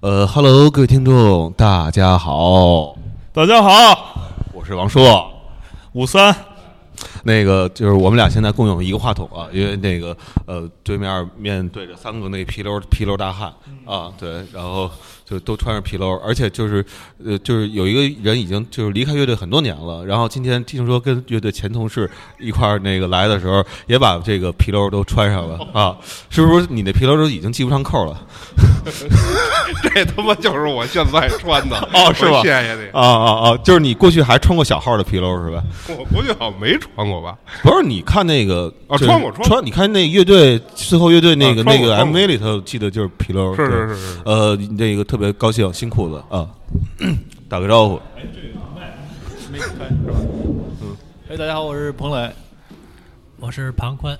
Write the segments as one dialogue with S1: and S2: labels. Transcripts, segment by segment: S1: 呃哈喽，各位听众，大家好，
S2: 大家好，
S1: 我是王硕。
S2: 五三，
S1: 那个就是我们俩现在共用一个话筒啊，因为那个呃对面面对着三个那个皮溜皮溜大汉
S2: 嗯
S1: 啊，对，然后就都穿着皮溜，而且就是呃就是有一个人已经就是离开乐队很多年了，然后今天听说跟乐队前同事一块儿那个来的时候，也把这个皮溜都穿上了啊，是不是你那皮溜都已经系不上扣了？
S3: 这他妈就是我现在穿的
S1: 哦是吧
S3: 我谢谢你，
S1: 啊啊啊！就是你过去还穿过小号的皮溜是吧？
S3: 我估计好像没穿过吧？
S1: 不是，你看那个
S3: 啊
S1: 就是
S3: 穿过穿过
S1: 你看那乐队最后乐队那个、
S3: 啊穿
S1: 那
S3: 过
S1: 个
S3: 穿过
S1: MV 里头，记得就是皮溜儿，
S3: 是是
S1: 对
S3: 是是是
S1: 呃，那个特别高兴，新裤子啊， 打个招呼，
S2: 没开是吧？
S4: 哎，大家好，我是彭磊，我是庞宽，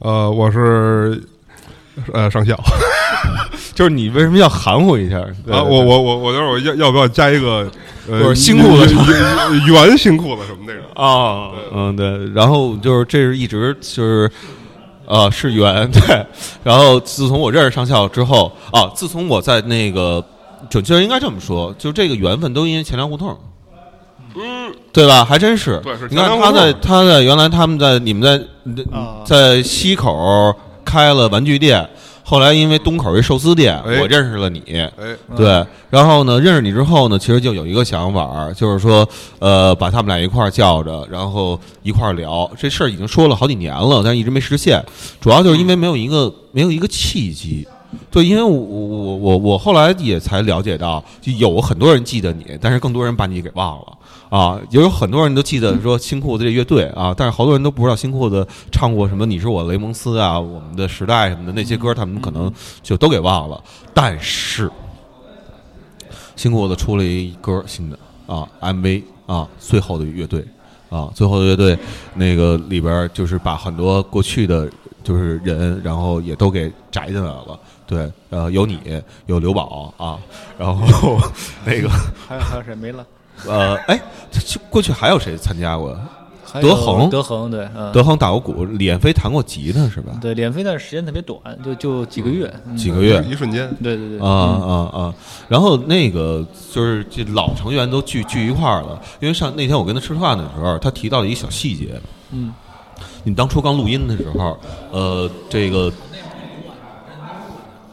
S3: 呃，我是呃上校
S1: 就是你为什么要含糊一下
S3: 啊，我我我我就是我要要不要加一个
S1: 不
S3: 呃
S1: 是新裤子
S3: 圆圆圆新裤子什么那种？
S1: 啊，嗯对，然后就是这是一直就是。啊，是缘 对。然后自从我认识上校之后，啊，自从我在那个，准确应该这么说，就这个缘分都因为钱粮胡同，嗯，对吧？还真是。
S3: 对是
S1: 你看
S3: 钱粮胡
S1: 他
S3: 同
S1: 在他在原来他们在你们在
S4: 啊
S1: 在西口开了玩具店，后来因为东口一寿司店，
S3: 哎
S1: 我认识了你。
S3: 哎，
S1: 对，然后呢，认识你之后呢，其实就有一个想法儿，就是说，呃，把他们俩一块儿叫着，然后一块儿聊这事儿，已经说了好几年了，但是一直没实现，主要就是因为没有一个没有一个契机。对，因为我我我我后来也才了解到，就有很多人记得你，但是更多人把你给忘了啊。也有很多人都记得说新裤子这乐队啊，但是好多人都不知道新裤子唱过什么《你是我雷蒙斯》啊，《我们的时代》什么的那些歌，他们可能就都给忘了。但是，新裤子出了一歌新的啊 MV 啊，最后的乐队啊，最后的乐队那个里边儿就是把很多过去的就是人，然后也都给摘进来了。对，呃，有你，有刘宝啊，然后 那个
S4: 还有还有谁没了？
S1: 呃，哎，这过去还有谁参加过？
S4: 还有
S1: 德恒
S4: 德恒对，嗯，
S1: 德恒打过鼓，李彦飞弹过吉他是吧？
S4: 对，脸飞但是时间特别短，就就几个月，嗯
S1: 啊几个月，
S3: 一瞬间，
S4: 对对对，嗯
S1: 啊啊啊！然后那个就是这老成员都聚聚一块儿了，因为上那天我跟他吃饭的时候，他提到了一个小细节。
S4: 嗯，
S1: 你们当初刚录音的时候，呃，这个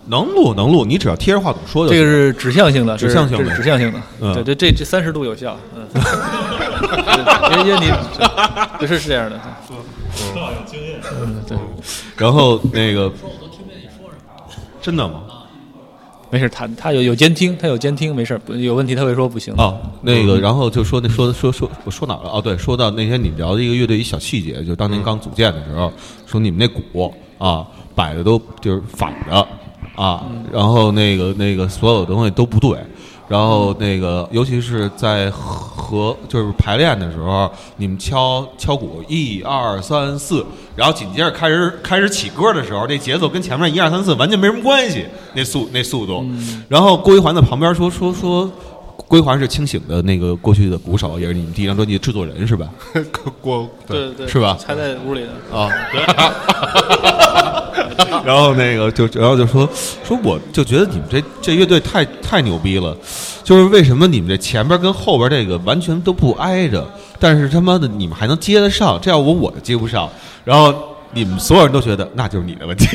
S1: 能录能录，你只要贴着话筒说就
S4: 嗯这个
S1: 行。
S4: 是指向性的，这是
S1: 指向性的
S4: 这是指向性的，
S1: 嗯
S4: 对对，这这三十度有效， 嗯，对因为因为你对是是这样的，
S1: 嗯
S4: 嗯
S1: 然后那个，真的吗？
S4: 没事，他他有有监听，他有监听，没事，不有问题他会说不行，
S1: 哦，那个，然后就说那说说说我说哪儿了？哦，对，说到那天你聊的一个乐队一小细节，就当年刚组建的时候，说你们那鼓啊摆的都就是反着啊，然后那个那个所有东西都不对，然后那个尤其是在和就是排练的时候，你们敲敲鼓一二三四，然后紧接着开始开始起歌的时候，这节奏跟前面一二三四完全没什么关系，那速那速度，然后郭一环在旁边说说说。归还是清醒的那个过去的鼓手，也是你们第一张专辑的制作人是吧？
S3: 郭
S4: 对对对，
S1: 是吧
S4: 还在屋里呢，
S1: 啊， 然后那个就然后就说说我就觉得你们这这乐队太太牛逼了，就是为什么你们这前边跟后边这个完全都不挨着，但是他妈的你们还能接得上，这要我我就接不上。然后你们所有人都觉得那就是你的问题，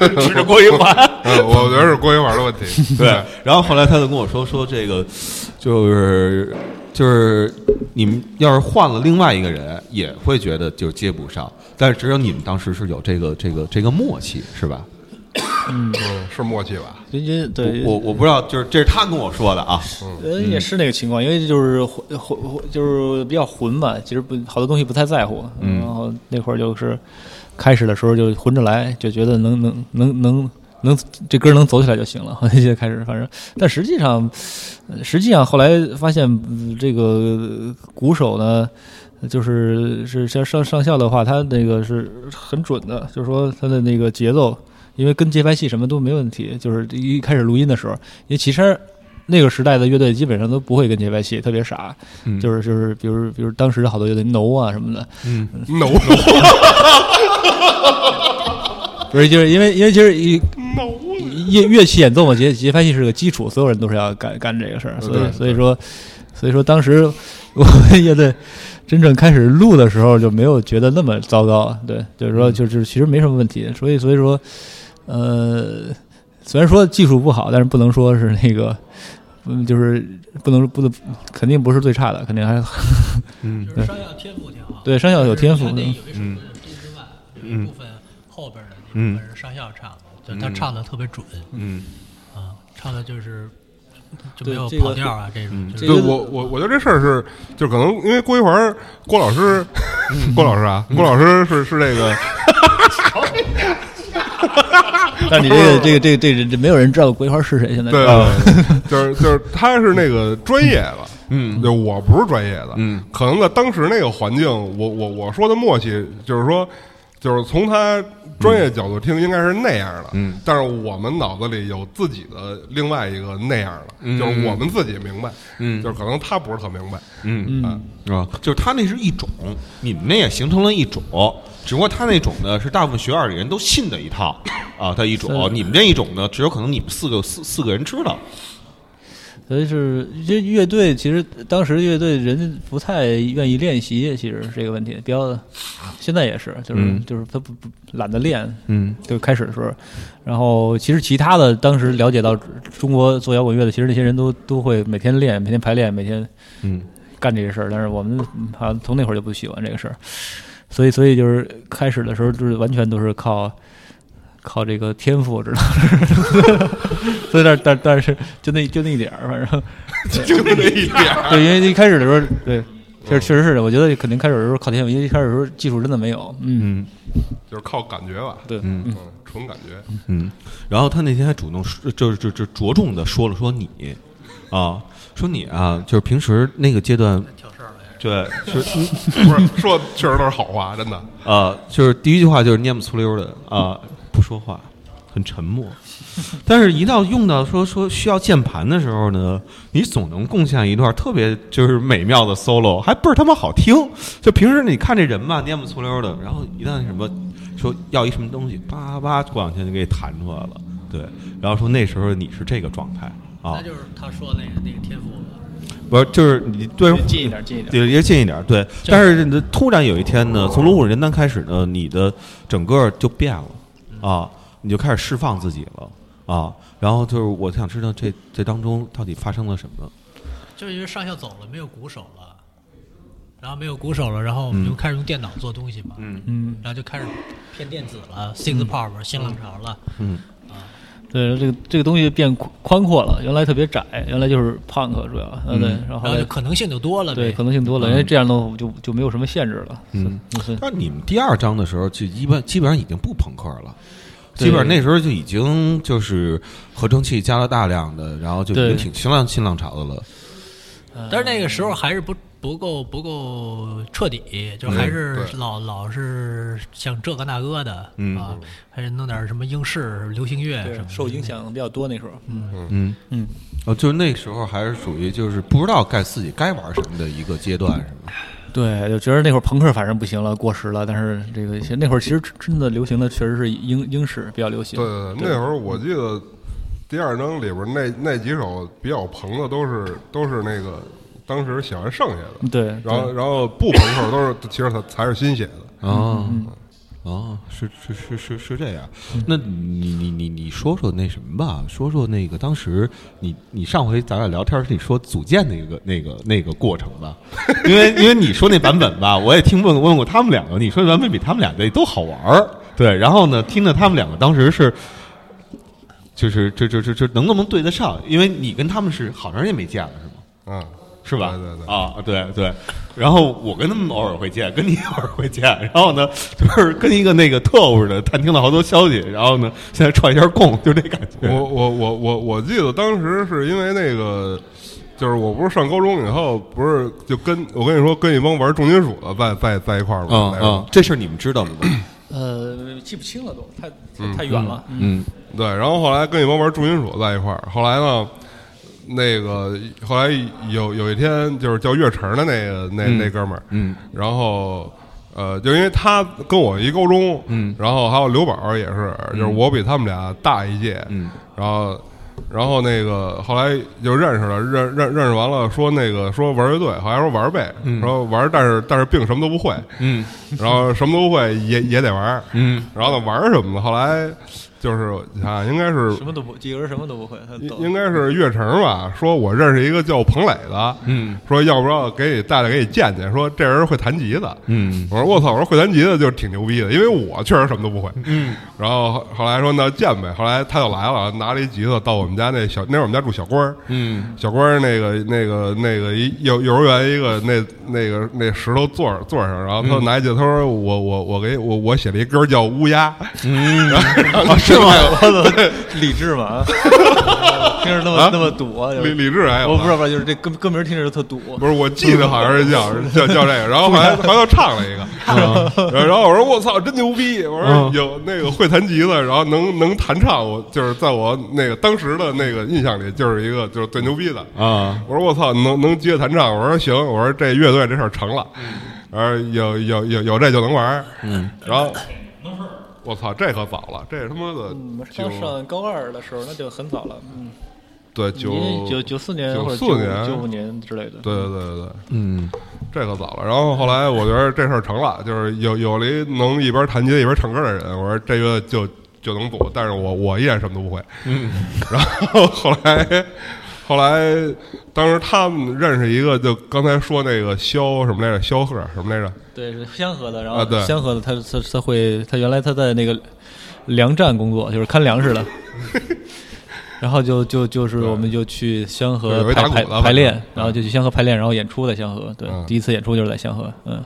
S1: 指着郭一凡。
S3: 呃，我觉得是郭一凡的问 题。
S1: 对，然后后来他就跟我说说这个，就是就是你们要是换了另外一个人，也会觉得就是接不上，但是只有你们当时是有这个这个这个默契，是吧？
S3: 嗯，是默契吧？
S4: 因为对
S1: 我我不知道，就是这是他跟我说的啊。
S4: 呃，也是那个情况，因为就是混混混就是比较混吧，其实不好多东西不太在乎。
S1: 嗯
S4: 然后那会儿就是开始的时候就混着来，就觉得能能能能能这歌能走起来就行了。 后来就开始，反正但实际上，呃实际上后来发现嗯这个鼓手呢。就是是像上上校的话，他那个是很准的，就是说他的那个节奏，因为跟节拍器什么都没问题。就是一开始录音的时候，因为其实那个时代的乐队基本上都不会跟节拍器，特别傻，
S1: 嗯
S4: 就是就是，比如比如当时的好多乐队 No 啊什么的，
S1: 嗯
S3: no
S4: 不是就是因为因为其实一
S3: no，
S4: 乐乐器演奏嘛，节节拍器是个基础，所有人都是要干干这个事儿，所以
S1: 对
S4: 所以说所以说当时我们乐队真正开始录的时候就没有觉得那么糟糕，对，就是说就是其实没什么问题，所以所以说呃，虽然说技术不好，但是不能说是那个。嗯，就是不能不能，肯定不是最差的，肯定还
S1: 嗯
S5: 就是商校天赋挺好，
S4: 对商校有天赋
S5: 就是他
S4: 嗯
S5: 那有一首歌是《金之万》，有一部分后边的那部分是商校唱的，就是他唱的特别准
S1: 嗯，
S5: 啊，唱的就是就没有
S4: 对这个
S5: 跑调啊这种，
S4: 嗯
S5: 就
S4: 这
S5: 是
S3: 对
S4: 个
S3: 我我我觉得这事儿是，就可能因为郭一环郭老师，
S1: 嗯
S3: 郭老师啊，郭老师是是这个，
S4: 但是你这个这个这个这个这没有人知道桂花是谁，现在
S3: 对，嗯 就是就是他是那个专业的，
S1: 嗯，
S3: 就我不是专业的，
S1: 嗯，
S3: 可能在当时那个环境，我我我说的默契就是说，就是从他专业角度听应该是那样的，
S1: 嗯，
S3: 但是我们脑子里有自己的另外一个那样的，
S1: 嗯
S3: 就是我们自己明白，
S1: 嗯
S3: 就是可能他不是特明白，
S1: 嗯
S4: 嗯，
S1: 啊，就是他那是一种，你们那也形成了一种，只不过他那种呢是大部分学院里人都信的一套啊，他一种，
S4: 是
S1: 你们这一种呢，只有可能你们四个四四个人知道，
S4: 所以是这乐队其实当时乐队人家不太愿意练习，其实是这个问题，比较现在也是，就是、
S1: 嗯
S4: 就是他不不懒得练，
S1: 嗯
S4: 就开始的时候，然后其实其他的当时了解到中国做摇滚乐的，其实那些人都都会每天练，每天排练，每天
S1: 嗯
S4: 干这些事儿，但是我们嗯好像从那会儿就不喜欢这个事儿，所以所以就是开始的时候就是完全都是靠靠这个天赋，知道吗？ 所以但但但是就那就那一点儿，反正
S3: 就那一点儿，
S4: 对，因为一开始的时候对。确实确实是的，我觉得肯定开始的时候靠天赋，因为一开始的时候技术真的没有，嗯，
S1: 嗯
S3: 就是靠感觉吧，
S4: 对，
S1: 嗯
S3: 嗯，纯感觉，
S1: 嗯，然后他那天还主动说就是就就着重的说了说你啊，说你啊，就是平时那个阶段
S5: 挑事儿了。
S1: 对嗯
S3: 不是说确实都是好话，真的，
S1: 啊，就是第一句话就是蔫不粗溜的啊，不说话，很沉默。 但是，一到用到说说需要键盘的时候呢，你总能贡献一段特别就是美妙的 solo，还倍儿他妈好听。就平时你看这人吧，蔫不粗溜的，然后一旦什么说要一什么东西，叭叭过两天就给你弹出来了。对，然后说那时候你是这个状态啊
S5: 那，就是他说那个那个天赋吧，
S1: 不是就是你对
S4: 近一点近一点，
S1: 对，离得近一点儿，对。但是呢突然有一天呢，从《龙虎人丹》开始呢，你的整个就变了
S4: 嗯
S1: 啊，你就开始释放自己了啊。然后就是我想知道这这当中到底发生了什么。
S5: 就是因为上校走了，没有鼓手了，然后没有鼓手了，然后我们就开始用电脑做东西嘛，
S1: 嗯
S4: 嗯，
S5: 然后就开始偏电子了，synth pop 新浪潮了，
S1: 嗯
S4: 对，这个这个东西变宽宽阔了，原来特别窄，原来就是 punk 主要，嗯对，然后后
S5: 然后
S4: 来
S5: 就可能性就多了
S4: 对
S5: 呗，
S4: 可能性多了，因为这样的话就就没有什么限制了，
S1: 嗯
S4: 所以，
S1: 但是你们第二章的时候，就一般基本上已经不朋克了。
S4: 对
S1: 基本上那时候就已经就是合成器加了大量的，然后就已经
S4: 对
S1: 挺新浪新浪潮的了。
S5: 但是那个时候还是不不够不够彻底，就
S1: 嗯
S5: 还是
S3: 对
S5: 老老是像这个那个的、
S1: 嗯
S5: 啊，还是弄点什么英式流行乐什么的
S4: 受影。响比较多那时候，嗯
S1: 嗯
S4: 嗯，
S1: 哦，就是那时候还是属于就是不知道该自己该玩什么的一个阶段，是吗？
S4: 对，就觉得那会儿朋克反正不行了，过时了，但是这个其实那会儿其实真的流行的确实是英英式比较流行，
S3: 对对对，那会儿我记得第二章里边那那几首比较朋的都是都是那个当时喜欢剩下的，
S4: 对，
S3: 然后然后不朋克都是 其实它才是新写的，
S1: 哦，哦，是是是是是这样。那你你你你说说那什么吧，说说那个当时你你上回咱俩聊天儿，你说组建那个那个那个过程吧， 因为因为你说那版本吧，我也听问问过他们两个，你说的版本比他们俩的都好玩儿。对，然后呢，听着他们两个当时是。就是这这这这能不能对得上？因为你跟他们是好长时间没见了，是吗？
S3: 嗯，
S1: 是吧？
S3: 对对对
S1: 啊，对对。然后我跟他们偶尔会见，跟你偶尔会见。然后呢， 就是跟一个那个特务似的，探听了好多消息。然后呢，现在串一下供，就这感觉。
S3: 我我我我我记得当时是因为那个。就是我不是上高中以后，不是就跟我跟你说跟一帮玩重金属的在在在一块儿吗？
S1: 嗯
S3: 那时候
S1: 嗯，这事儿你们知道吗？
S4: 呃记不清了都，太太远了，
S1: 嗯
S3: 对，然后后来跟一帮玩重金属在一块儿，后来呢，那个后来有有一天就是叫岳成的那个那、那哥们儿，
S1: 嗯，
S3: 然后呃，就因为他跟我一高中，嗯，然后还有刘宝儿也是，就是我比他们俩大一届，
S1: 嗯，
S3: 然后然后那个后来就认识了，认认认识完了，说那个说玩乐队，后来说玩呗，说玩，但是但是并什么都不会，
S1: 嗯
S3: 然后什么都不会也也得 玩，
S1: 嗯，
S3: 然后呢玩什么的，后来就是你看应该是
S4: 什么都不，几个人什么都不会，他
S3: 应
S4: 懂
S3: 应该是岳成吧，说我认识一个叫彭磊的，
S1: 嗯，
S3: 说要不要给你带来给你见见，说这人会弹吉他，
S1: 嗯
S3: 我说我操，我说会弹吉他就挺牛逼的，因为我确实什么都不会，嗯，然后后后来说那见呗，后来他就来了，拿了一吉他到我们家那小，那会儿我们家住小官儿，
S1: 嗯
S3: 小官儿那个那个那个一幼幼儿园一个那那个那石头座儿座儿上，然后他
S1: 嗯
S3: 就拿一吉他，他说我我我给我我写了一歌叫乌鸦，
S1: 嗯，
S3: 啊是吗？
S4: 我操，理智嘛， 啊听着那么、
S3: 啊
S4: 那么堵啊，就
S3: 李
S4: 是
S3: 李志还有
S4: 我
S3: 吧
S4: 不知道吧，就是这歌歌名听着特堵，
S3: 不是，我记得好像是 叫叫叫这个，然后好像好像唱了一个，
S4: 嗯
S3: 然后然后我说我操，真牛逼！我说
S1: 嗯
S3: 有那个会弹吉他，然后能能弹唱，我就是在我那个当时的那个印象里，就是一个就是最牛逼的。
S4: 嗯
S1: 啊，
S3: 我说我操，能能接弹唱，我说行，我说这乐队这事儿成
S4: 嗯
S3: 了，然后有有有有这就能玩儿，
S1: 嗯，
S3: 然后我操，这可早了，这他妈的
S4: 嗯
S3: 九
S4: 高二的时候，那就很早了，嗯，
S3: 对九
S4: 九九四年
S3: 九
S4: 或者
S3: 四
S4: 九
S3: 年
S4: 九五年之类的，
S3: 对对对对对。
S1: 嗯
S3: 这个早了。然后后来我觉得这事儿成了，就是有有了一能一边弹吉他一边唱歌的人，我说这个就就能补，但是我我依然什么都不会。
S1: 嗯，
S3: 然后后来后来当时他们认识一个，就刚才说那个肖什么来着，肖鹤什么来着，
S4: 对，是香河的，然
S3: 啊
S4: 后
S3: 对
S4: 香河的他他他会他原来他在那个粮站工作，就是看 粮食的，然后就就就是我们就去香
S3: 对有
S4: 河
S3: 一打
S4: 排
S3: 鼓的
S4: 排
S3: 吧
S4: 排练
S3: 嗯，
S4: 然后就去香河排练，然后演出在香河，对
S3: 嗯，
S4: 第一次演出就是在香河，嗯，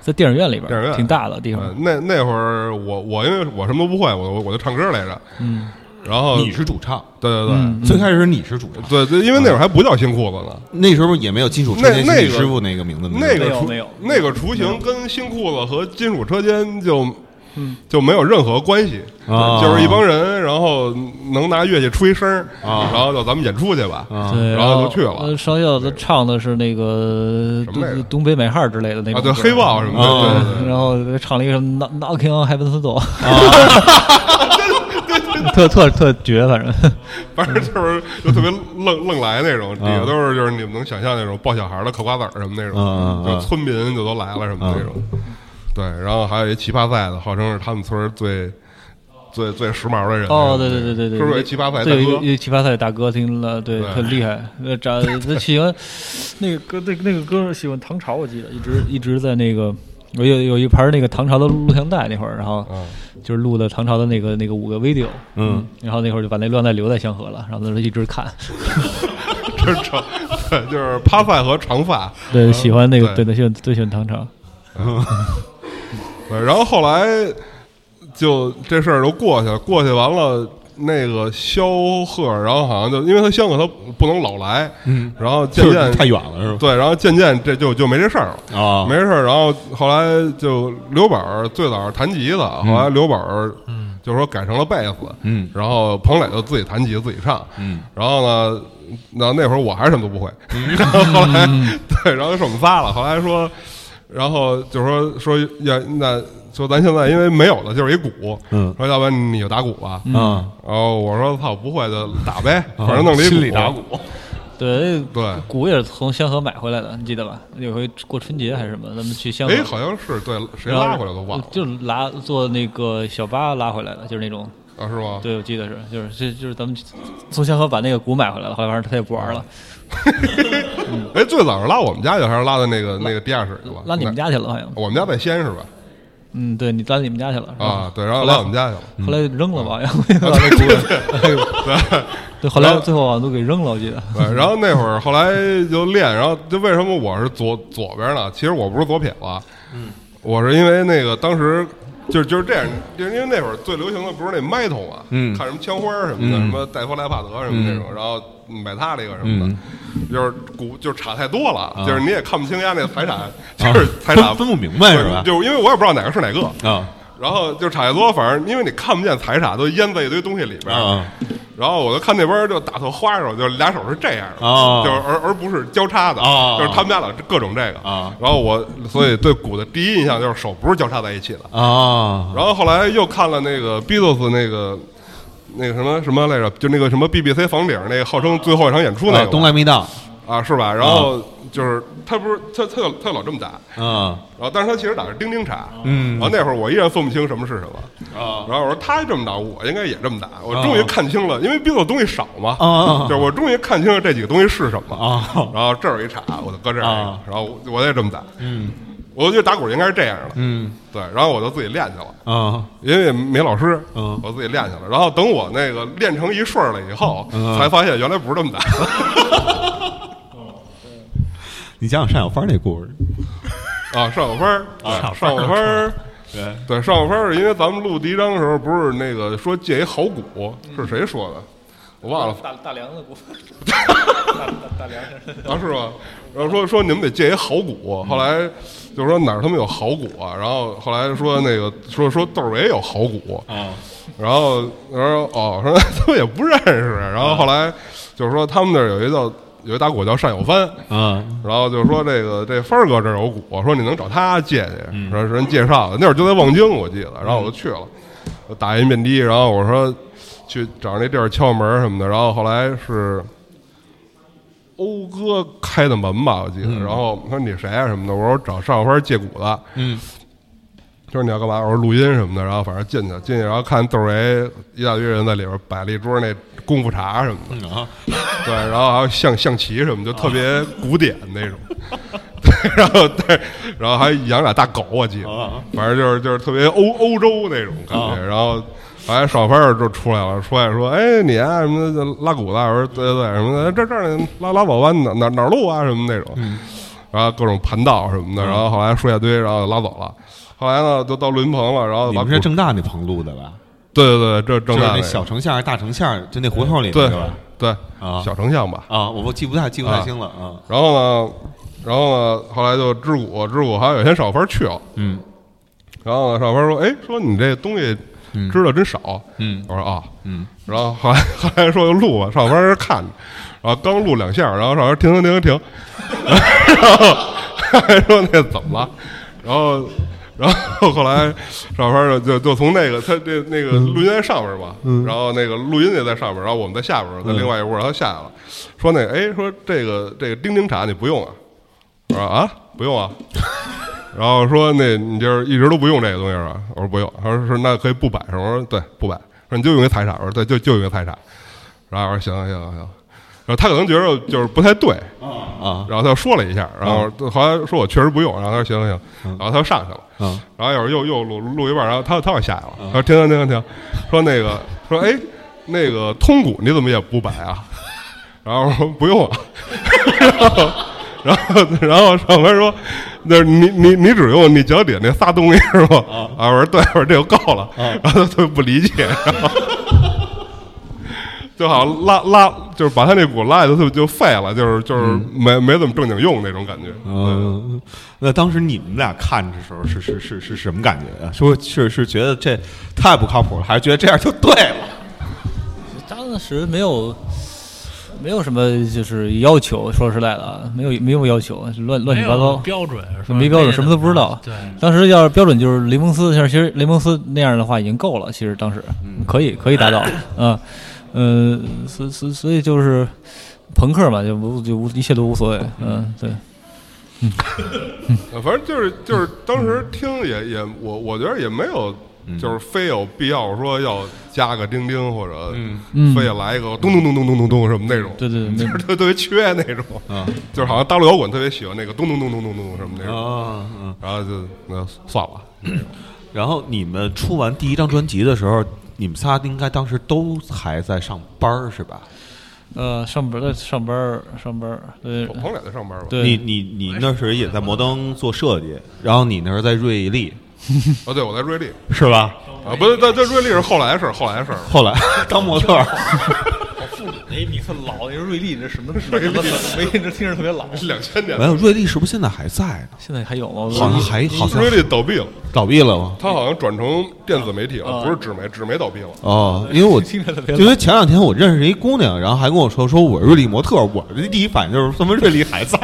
S4: 在电影院里边
S3: 电影
S4: 儿，
S3: 院
S4: 挺大的地
S3: 呃
S4: 方，
S3: 那那会儿我我因为我什么都不会，我我我就唱歌来着。
S4: 嗯，
S3: 然后
S1: 你是主唱，
S3: 对对对。
S4: 嗯
S1: 最开始你是主唱，
S3: 对对，因为那会儿还不叫新裤子呢，
S1: 那时候也没有金属车
S3: 那
S1: 间
S3: 那
S1: 是你
S3: 个
S1: 师傅那个名字，
S3: 那
S4: 没
S3: 个
S4: 有
S3: 雏
S4: 没有
S3: 那个雏形跟新裤子和金属车间就
S4: 嗯
S3: 就没有任何关系，
S1: 啊
S3: 就是一帮人，然后能拿乐器出一声儿，
S1: 啊
S3: 然后就咱们演出去吧。
S1: 啊，
S4: 对，
S3: 嗯然
S4: 然
S3: 后就去了
S4: 呃烧药他唱的是那个
S3: 什么来着
S4: 东东北美号之类的那
S3: 啊，
S4: 种
S3: 对，
S4: 歌，
S3: 黑豹什么的，
S1: 啊
S3: 对对对
S4: 然后唱了一个什么 Knocking on Heaven's Door，特特特绝，反正。
S3: 反正就是就特别愣愣来那种，底
S1: 啊
S3: 下都是就是你们能想象那种抱小孩的嗑瓜子儿什么那
S1: 啊
S3: 种，
S1: 啊啊
S3: 就村民就都来了什么那种。对，然后还有一奇葩赛的，号称是他们村儿最最最时髦的人。
S4: 哦，对对对对对，
S3: 是不是有一奇葩赛大
S4: 对，
S3: 哥
S4: 有？有奇葩赛大哥听了，对，
S3: 对
S4: 特厉害。呃，长他喜欢那个歌，那那个歌喜欢唐朝，我记得一直一直在那个。我有有一盘那个唐朝的录像带，那会儿，然后
S3: 嗯
S4: 就是录的唐朝的那个那个五个 video，
S1: 嗯，
S4: 然后那会儿就把那录像带留在香河了，然后那时候一直看，
S3: 这长，对，就是趴发和长发。
S4: 对，喜欢那个，
S3: 对
S4: 对对，喜欢最喜欢唐朝，
S3: 对，然后后来就这事儿就过去了，过去完了。那个萧贺，然后好像就因为他萧贺他不能老来，嗯，然后渐
S1: 就是
S3: 渐
S1: 太远了是吧？
S3: 对，然后渐渐这就就没这事儿了，
S1: 啊，
S3: 没这事儿。然后后来就刘宝儿最早是弹吉他，后来刘宝儿就说改成了贝斯，
S1: 嗯
S3: 然后彭磊就自己弹吉他自己唱，
S1: 嗯
S3: 然后呢，那那会儿我还是什么都不会，然后后来
S1: 嗯
S3: 对，然后就我们仨了。后来说，然后就说说要那说咱现在因为没有了，就是一鼓，
S1: 嗯
S3: 说要不然你就打鼓吧。
S1: 啊
S3: 然后我说操，不会就打呗，反正弄了一
S1: 心里打鼓，
S4: 对，
S3: 对
S4: 鼓也是从香河买回来的，你记得吧？有回过春节还是什么，咱们去香河，
S3: 哎，好像是对，谁
S4: 然后
S3: 拉回来都忘了
S4: 就拉坐那个小巴拉回来的，就是那种，
S3: 啊，是吗？
S4: 对我记得是，就是这就是咱们从香河把那个鼓买回来了，后来反正他也不
S3: 啊
S4: 玩了，
S3: 哎，最早是拉我们家去，还是拉到那个那个地下室去吧？
S4: 拉你们家去了好像
S3: 那？，我们家在先是吧？
S4: 嗯，对你拉你们家去了
S3: 啊，，
S1: 嗯
S3: 嗯对，然后拉我们家去了。
S4: 然后后来扔了吧，然后把那鼓， 对，后来最后好像都给扔了，我记得，
S3: 对，然后那会儿后来就练，然后就为什么我是左左边呢？其实我不是左撇子，
S1: 嗯
S3: 我是因为那个当时就就是这样，就是因为那会儿最流行的不是那麦桶啊，
S1: 嗯
S3: 看什么枪花儿什么的，什么戴夫莱帕德什么那种，然后买它这个什么的，
S1: 嗯
S3: 就是鼓就是差太多了，就是你也看不清人家那财产，就是财产
S1: 啊分分不明白是吧？
S3: 就是因为我也不知道哪个是哪个，
S1: 啊
S3: 然后就差太多，反正因为你看不见财产，都淹在一堆东西里边儿。
S1: 啊
S3: 然后我就看那边儿就打特花手，就是俩手是这样的，
S1: 啊
S3: 就是而而不是交叉的，
S1: 啊
S3: 就是他们家老各种这个。
S1: 啊
S3: 然后我所以对鼓的第一印象就是手不是交叉在一起的。
S1: 啊
S3: 然后后来又看了那个 Beatles 那个那个什么什么来着，就那个什么 BBC 房顶那个号称最后一场演出那
S1: 啊
S3: 个，
S1: 东来密道
S3: 啊是吧？然后就是他不是他他他老这么打，
S1: 啊，
S3: 然后但是他其实打的是钉钉叉，
S1: 嗯
S3: 然后那会儿我依然分不清什么是什么啊，然后我说他这么打，我应该也这么打，我终于看清了，因为毕竟我东西少嘛，
S1: 啊啊啊
S3: 就是我终于看清了这几个东西是什么
S1: 啊
S3: 然后这儿有一叉，我就搁这儿一个
S1: 啊，
S3: 然后我我也这么打，嗯，我就觉得打鼓应该是这样的，
S1: 嗯
S3: 对，然后我就自己练去了。
S1: 啊
S3: 因为没老师，
S1: 嗯
S3: 我自己练去了。然后等我那个练成一顺儿了以后，
S1: 嗯
S3: 才发现原来不是这么打。
S1: 你讲讲单小芳那故事
S3: 啊，上小分啊，上小分儿，
S1: 对
S3: 对，上小分儿是因为咱们录第一章的时候，不是那个说借一好鼓，是谁说的？我忘了
S4: 大大梁的股份，大大梁
S3: 啊，是吧？然后说说你们得借一好鼓，后来就说哪儿他们有好鼓啊，然后后来说那个说说窦唯有好鼓，
S1: 啊
S3: 然后然后哦，说 他们也不认识，然后后来就是说他们那儿有一叫有一打鼓叫单有帆，
S1: 啊
S3: 然后就说这个这帆儿哥这儿有鼓，说你能找他借去，说是人介绍的，那会儿就在望京我记得，然后我就去了，我打一面的，然后我说去找那地儿敲门什么的，然后后来是欧哥开的门吧，我记得，然后他说你谁啊什么的，我说找单小帆借鼓的，
S1: 嗯
S3: 他说你要干嘛？我说录音什么的，然后反正进去进去，然后看窦唯一大堆人在里边摆了一桌那功夫茶什么的，
S1: 啊
S3: 对，然后还有象象棋什么，就特别古典那种。 对，然后对，然后还养俩大狗，我记得
S1: 啊，
S3: 反正就是就是特别欧欧洲那种感
S1: 啊
S3: 觉。然后哎，少芬儿就出来了，出来说：“哎，你啊什么的拉鼓的？”我说：“对对对，什么的这这儿呢拉拉宝湾哪哪哪儿路啊什么那种。”
S1: 嗯
S3: 然后各种盘道什么的，然后后来说一大堆，然后拉走了。后来呢，就到录音棚了，然后
S1: 你
S3: 把
S1: 们
S3: 鼓
S1: 哦是正大那棚录的吧？
S3: 对对对，这正
S1: 就是
S3: 大
S1: 那小城巷、大城巷，就那胡同里
S3: 对
S1: 对吧？
S3: 对
S1: 啊
S3: 小丞相吧，
S1: 啊，我不记不太记不太清了啊。
S3: 然后呢，然后呢，后来就知鼓，知鼓，还有一天少芬儿去了，
S1: 嗯
S3: 然后呢，少芬儿说：“哎，说你这东西知道真少。
S1: 嗯
S3: 我说：“啊。”
S1: 嗯，
S3: 然后后来 后来说就录吧，少芬儿看着，然后刚录两下，然后少芬儿停停停停，然后还说那怎么了？然后然后后来少芬儿就就就从那个他这那个录音在上面嘛，然后那个录音也在上面，然后我们在下边，在另外一屋，然后他下来了，说那个哎说这个这个钉钉茶你不用啊？我说啊不用啊。然后说那你就是一直都不用这个东西是吧？我说不用，他说是那可以不摆上，我说对不摆，说你就用一彩色，我说对就就用一彩色，然后我说行行行行，然后他可能觉得就是不太对，
S1: 啊
S3: 然后他又说了一下，然后后来说我确实不用，然后他说行行行，然后他又上去了，
S1: 啊
S3: 然后一会儿又又录录一半，然后他他又下来了，他说停停停停，说那个说哎那个通鼓你怎么也不摆啊？ 然后我说不用啊， 然后然后上班说，就是你你你只用你脚底下那仨东西是吗？啊，我说对，我说这就够了，然后他特别不理解， 然后就好像拉拉就是把他那鼓拉的就就废了，就是就是没没怎么正经用那种感觉，
S1: 嗯，那当时你们俩看的时候是是是是什么感觉啊？是不是是是觉得这太不靠谱了，还是觉得这样就对了？
S4: 当时没有没有什么就是要求，说实在的啊，没有没有要求，乱乱七
S5: 没有
S4: 八糟。
S5: 标准是吧，
S4: 没标准，什么都不知道。嗯
S5: 对，
S4: 当时要是标准就是雷蒙斯，像其实雷蒙斯那样的话已经够了，其实当时可以可以达到啊，呃，所所所以就是朋克嘛，就无就无一切都无所谓，嗯，对，
S3: 呃反正就是就是当时听也也我我觉得也没有。
S1: 嗯
S3: 就是非有必要说要加个钉钉，或者
S4: 嗯
S3: 非得来一个咚咚咚咚咚咚咚什么那种，
S4: 对对对，没
S3: 就是特特别缺那种，
S1: 啊
S3: 就是好像大陆摇滚特别喜欢那个咚咚咚咚咚咚什么那种，
S1: 啊嗯。
S3: 然后就那算了，
S1: 然后你们出完第一张专辑的时候，你们仨应该当时都还在上班儿是吧？
S4: 呃，上班在上班儿上班儿，对
S3: 我朋友也在上班吧，
S4: 对，
S1: 你你你那时候也在摩登做设计，然后你那时候在瑞丽
S3: 哦对，我在瑞丽
S1: 是吧？
S3: 啊，不是，但但瑞丽是后来的事儿，后来的事儿，
S1: 后来 当模特儿，
S4: 哎，名字老，你说瑞丽这什么什么没，这听着特别老。
S1: 嗯
S3: 两千 年
S1: 没，有瑞丽是不是现在还在呢？
S4: 现在还有吗？
S1: 好像还好像
S3: 瑞丽倒闭了，
S1: 倒闭了吗？
S3: 它好像转成电子媒体了，
S4: 啊
S3: 不是纸媒，纸媒倒闭了，
S1: 哦，因为我
S4: 听着特别
S1: 因为前两天我认识一姑娘，然后还跟我说说我是瑞丽模特，我的第一反应就是他妈瑞丽还 在。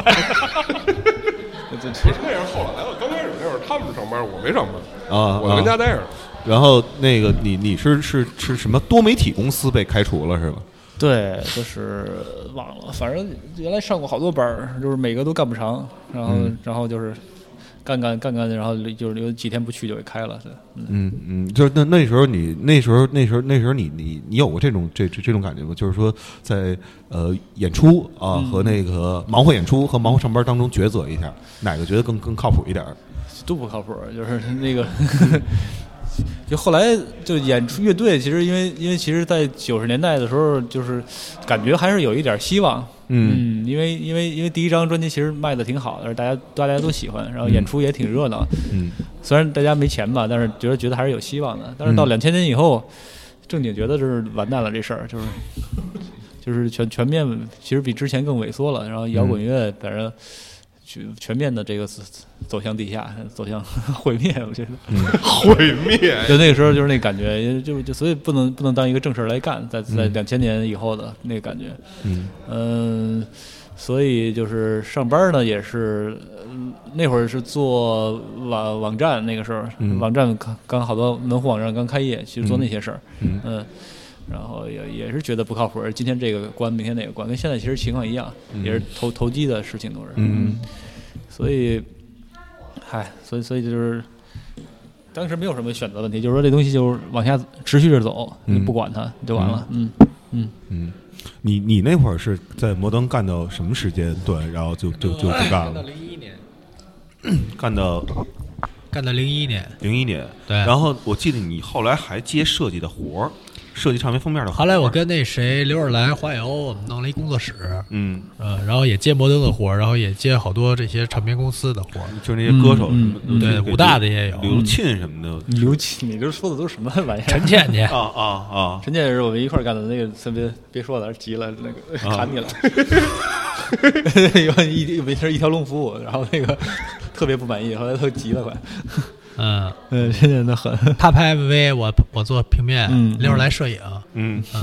S3: 那是后来了，刚开始那会儿他们上班，我没上班，
S1: 啊
S3: 我跟家待着，
S1: 然后那个你你是是是什么多媒体公司被开除了是吧？
S4: 对，就是呃忘了，反正原来上过好多班儿，就是每个都干不长，然后、然后就是干干干干，然后就是有几天不去就给开了。对，嗯
S1: 嗯嗯，就是那那时候你那时候那时候那时候你你你有过这种这这这种感觉吗？就是说在呃演出啊、和那个忙活演出和忙活上班当中抉择一下，哪个觉得更更靠谱一点儿？
S4: 都不靠谱，就是那个。 就后来就演出乐队，其实因为因为其实，在九十年代的时候，就是感觉还是有一点希望，
S1: 嗯
S4: 嗯，因为因为因为第一张专辑其实卖的挺好的，而大家大家都喜欢，然后演出也挺热闹，
S1: 嗯
S4: 虽然大家没钱吧，但是觉得觉得还是有希望的。但是到两千年以后，正经觉得就是完蛋了，这事儿就是 就是全全面，其实比之前更萎缩了。然后摇滚乐反正全全面的这个走走向地下，走向 毁灭，我觉得。
S3: 毁灭。
S4: 就那个时候就是那感觉，也就就所以不能不能当一个正事儿来干，在在两千年以后的那个感觉，
S1: 嗯
S4: 嗯，所以就是上班呢也是，嗯那会儿是做网网站，那个时候、
S1: 嗯
S4: 网站刚刚好多门户网站刚开业，去做那些事儿，
S1: 嗯
S4: 嗯，然后也也是觉得不靠谱，今天这个关，明天那个关，跟现在其实情况一样，也是投投机的事情都是，
S1: 嗯，
S4: 所以，嗨，所以所以就是，当时没有什么选择问题，就是说这东西就是往下持续着走，
S1: 嗯
S4: 你不管它就完了，嗯嗯，
S1: 嗯，你你那会儿是在摩登干到什么时间段，然后就就就不干了？
S5: 零一年，
S1: 干到
S5: 干到零一年，
S1: 零一年，
S5: 对
S1: 然后我记得你后来还接设计的活儿，设计唱片封面的活儿。
S5: 后来我跟那谁刘尔来、花瑶，我们弄了一工作室，
S1: 嗯，
S5: 呃，然后也接摩登的活儿，然后也接好多这些唱片公司的活儿，
S1: 就是那些歌手什
S4: 嗯
S1: 么的，
S5: 嗯对
S1: 给
S5: 武大的也有嗯
S1: 刘沁什么的。
S4: 刘琦，你这说的都是什么玩意
S5: 陈
S4: 儿？
S5: 倩倩
S1: 啊啊啊！
S4: 陈建也是我们一块儿干的， 那个先别别说了，急了，那个
S1: 啊
S4: 砍你了， 有一没事一条龙服务，然后那个 特别不满意，后来都急了 快，
S5: 嗯，
S4: 嗯，陈建那很，
S5: 她拍 MV，我我做平面
S4: 嗯，
S5: 刘尔来摄影，
S1: 嗯，
S5: 嗯，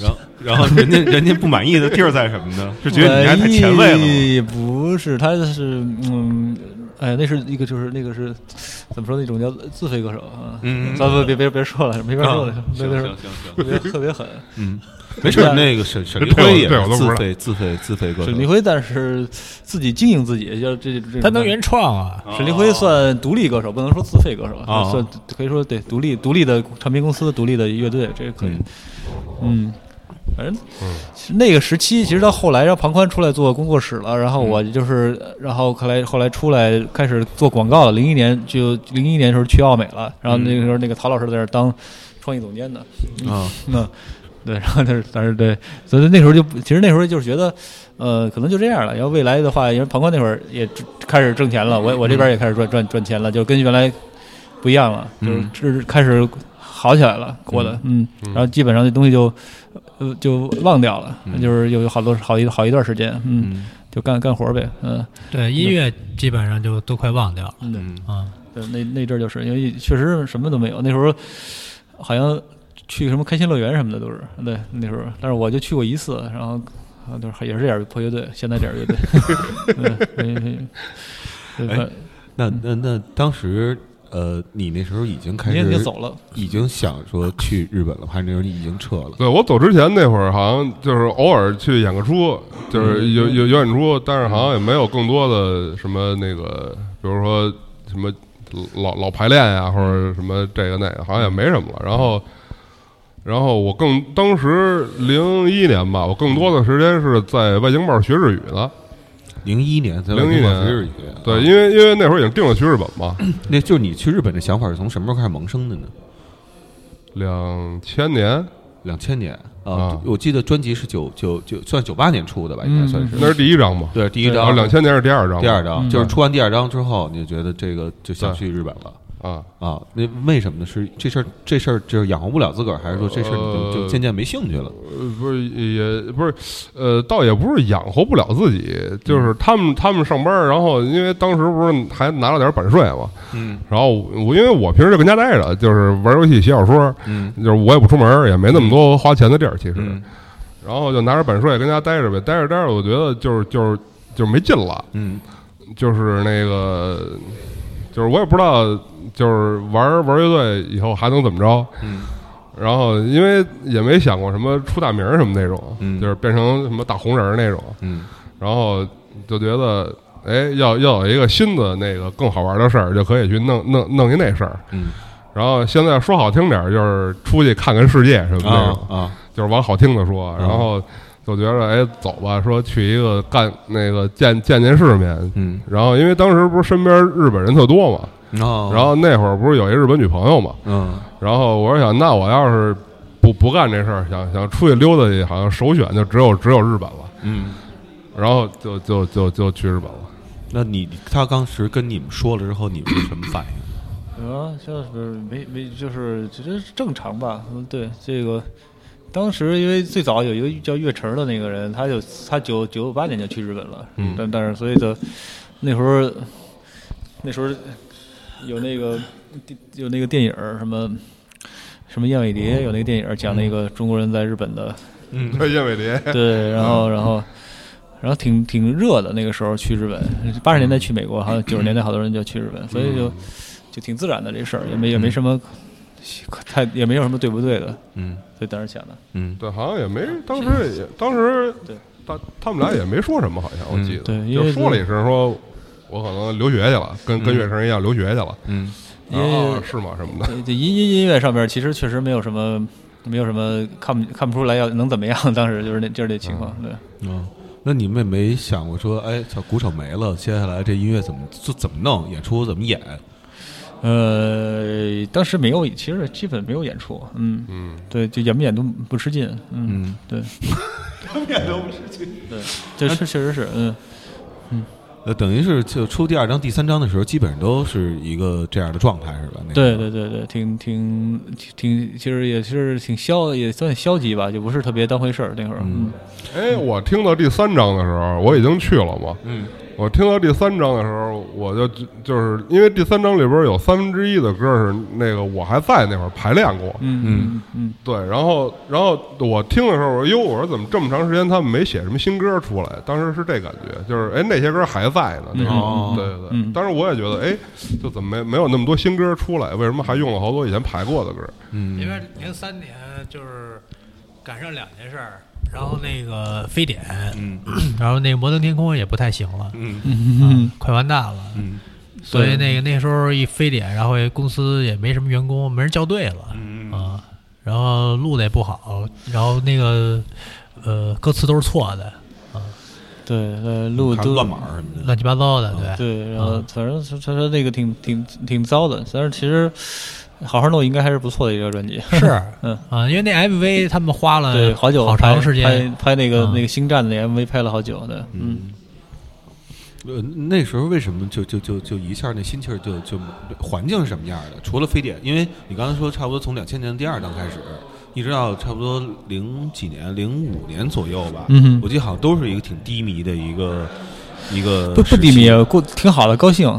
S1: 然后然后人家人家不满意的地儿在什么呢？是觉得你还太前卫了吗？
S4: 哎不是，他是嗯，哎，那是一个就是那个是怎么说那种叫自费歌手啊。
S1: 嗯
S4: 咱们别别别说了，没法说了
S1: 啊，
S4: 没
S1: 行
S4: 法
S1: 行
S4: 说了，
S1: 行行，
S4: 特别特别狠。
S1: 嗯，没事儿。那个沈沈黎
S3: 这我
S1: 辉也
S3: 这我
S1: 是自
S3: 都不知道
S1: 费自费自费歌手
S4: 沈立。辉，但是自己经营自己，就是这这。
S5: 她能原。创啊，
S1: 嗯
S4: 沈立辉算独立歌手，不能说自费歌手，
S1: 哦
S4: 算可以说对独立独立的唱片公司、独立的乐队，这个可以。嗯，反正其实那个时期，其实到后来让庞宽出来做工作室了，然后我就是，呃然后后来后来出来开始做广告了。零一年就零一年的时候去奥美了，然后那个时候那个陶老师在那儿当创意总监呢。
S1: 啊，
S4: 嗯， 对，然后但是但是对，所以那时候就不其实那时候就是觉得，呃，可能就这样了。要未来的话，因为庞宽那会儿也开始挣钱了，我我这边也开始赚赚赚钱了，就跟原来不一样了，
S1: 嗯
S4: 就是开始好起来了，过得嗯，然后基本上这东西就呃就忘掉了，就是有有好多好一好一段时间，嗯，
S1: 嗯
S4: 就干干活呗，嗯，
S5: 对，音乐基本上就都快忘掉了，
S1: 嗯
S5: 啊，
S4: 对呃那那阵儿就是因为确实什么都没有，那时候好像去什么开心乐园什么的都是，对那时候，但是我就去过一次，然后啊就是也是这点儿破乐队， 现在这点儿乐队，嗯，没没对
S1: 哎
S4: 反
S1: 那那那当时呃，你那时候已经开
S4: 你
S1: 始
S4: 也你走了，
S1: 已经想说去日本了，还是那时候你已经撤了？
S3: 对我走之前那会儿，好像就是偶尔去演个出，就是
S1: 嗯
S3: 有有有演出，但是好像也没有更多的什么那个，比如说什么老老排练呀、或者什么这个那个，好像也没什么了。然后，然后我更当时零一年吧，我更多的时间是在外经报学日语呢。
S1: 零一年，在
S3: 01年
S1: 日语，
S3: 对，因为因为那会儿已经定了去日本嘛，
S1: 啊那就是你去日本的想法是从什么时候开始萌生的呢？
S3: 两千年
S1: 两千年啊
S3: 啊，
S1: 我记得专辑是九九九，算九八年出的吧，应该算是。
S3: 那是第一张嘛，
S1: 对，第一
S3: 然后
S1: 张，
S3: 哦两千年是第二张嘛，
S1: 第二张
S4: 嗯
S1: 就是出完第二张之后，你就觉得这个就想
S3: 对
S1: 去日本了
S3: 啊，
S1: 啊？那为什么呢？是这事儿这事儿就是养活不了自个儿，还是说这事儿你就
S3: 呃
S1: 就渐渐没兴趣了？
S3: 呃，不是也不是，呃，倒也不是养活不了自己，就是他们他们上班儿，然后因为当时不是还拿了点版税嘛，
S1: 嗯，
S3: 然后我因为我平时就跟家待着，就是玩游戏、写小说，
S1: 嗯，
S3: 就是我也不出门儿，也没那么多花钱的地儿，其实，
S1: 嗯
S3: 然后就拿着版税跟家待着呗，待着待着，我嗯觉得就是就是就是没劲了，
S1: 嗯
S3: 就是那个就是我也不知道，就是玩玩乐队以后还能怎么着。嗯。然后因为也没想过什么出大名儿什么那种，
S1: 嗯
S3: 就是变成什么大红人儿那种。
S1: 嗯
S3: 然后就觉得，哎，要要有一个新的那个更好玩的事儿，就可以去弄弄弄一那事儿。
S1: 嗯
S3: 然后现在说好听点儿，就是出去看看世界什么那
S1: 啊
S3: 种，
S1: 啊
S3: 就是往好听的说。然后就觉得，哎，走吧，说去一个干那个见见见世面。
S1: 嗯，
S3: 然后因为当时不是身边日本人特多嘛，
S1: 然后
S3: 然后那会儿不是有一日本女朋友嘛，
S1: 哦嗯
S3: 然后我是想，那我要是不不干这事儿，想想出去溜达去，好像首选就只有只有日本了。
S1: 嗯，
S3: 然后就就就就去日本了。
S1: 那你他当时跟你们说了之后，你们是什么反应？
S4: 啊，就是没没，就是觉得正常吧。嗯，对，这个当时因为最早有一个叫岳成的那个人，他就他九九八年就去日本了，
S1: 嗯
S4: 但但是所以的那时候那时候有那个有那个电影儿什么什么燕尾蝶，有那个电影儿讲那个中国人在日本的
S1: 嗯
S3: 对，燕尾蝶，
S4: 对，然后然后然后挺挺热的，那个时候去日本，八十年代去美国，好像九十年代好多人就去日本，所以就就挺自然的这事儿，也没也没什么 太也没有什么对不对的，
S1: 嗯
S4: 所以当时想的，
S1: 嗯
S3: 对，好像也没，当时也当时
S4: 对
S3: 他他们俩也没说什么，好像我记得，
S4: 嗯对因
S3: 就
S4: 为嗯
S3: 说了一声说。我可能留学去了，跟跟乐声一样留学去了。
S1: 嗯
S4: 因
S3: 然
S4: 为
S3: 后是吗？什么的，
S4: 这这音音音乐上面其实确实没有什么。没有什么看不看不出来要能怎么样，当时 就是那就是那情况，对，
S1: 嗯，那你们也没想过说，哎，小鼓手没了，接下来这音乐怎么做怎么弄，演出怎么演？
S4: 呃，当时没有，其实基本没有演出，嗯，
S3: 嗯，
S4: 对，就演不演都不吃劲，嗯，
S1: 嗯，
S4: 对，对，这是确实是，嗯，
S1: 那等于是就出第二张、第三张的时候，基本上都是一个这样的状态，是吧？那个、
S4: 对对对对，挺挺挺，其实也是挺消，也算消极吧，就不是特别当回事儿那会儿。
S1: 嗯
S4: 嗯，
S3: 哎，我听到第三章的时候，我已经去了嘛。
S1: 嗯，
S3: 我听到第三章的时候，我就就是因为第三章里边有三分之一的歌是那个我还在那会儿排练过，
S4: 嗯嗯
S3: 对，然后然后我听的时候，我说哟，我说怎么这么长时间他们没写什么新歌出来？当时是这感觉，就是哎那些歌还在呢，那种
S1: 哦
S3: 对对对。
S4: 嗯
S3: 当时我也觉得哎，就怎么没没有那么多新歌出来？为什么还用了好多以前排过的 歌？
S5: 那
S1: 嗯
S5: 边零三年就是赶上两件事儿，然后那个非典，
S1: 嗯
S5: 然后那个摩登天空也不太行了，
S1: 嗯
S5: 嗯，快完蛋了，
S1: 嗯
S5: 所以那个那时候一非典，然后公司也没什么员工，没人校对了
S1: 嗯
S5: 啊，然后录的也不好，然后那个呃歌词都是错的，
S4: 对，呃，录
S1: 看
S4: 都
S1: 乱码儿什么的。
S5: 乱七八糟的，对，
S4: 对，然后反正他他说那个挺挺挺糟的，但是其实好好弄应该还是不错的一个专辑。
S5: 是，
S4: 嗯
S5: 啊，因为那 MV 他们花了
S4: 对，好久
S5: 哎好
S4: 拍
S5: 长时间，
S4: 拍拍那个
S5: 嗯
S4: 那个星战的 MV 拍了好久的，嗯，
S1: 呃，那时候为什么就就就就一下那心气儿就就环境是什么样的？除了非典，因为你刚才说差不多从两千年第二章开始，一直到差不多零几年零五年左右吧，
S4: 嗯哼
S1: 我记得好像都是一个挺低迷的一个一个
S4: 不不
S1: 时期
S4: 低迷，啊过挺好的，高兴，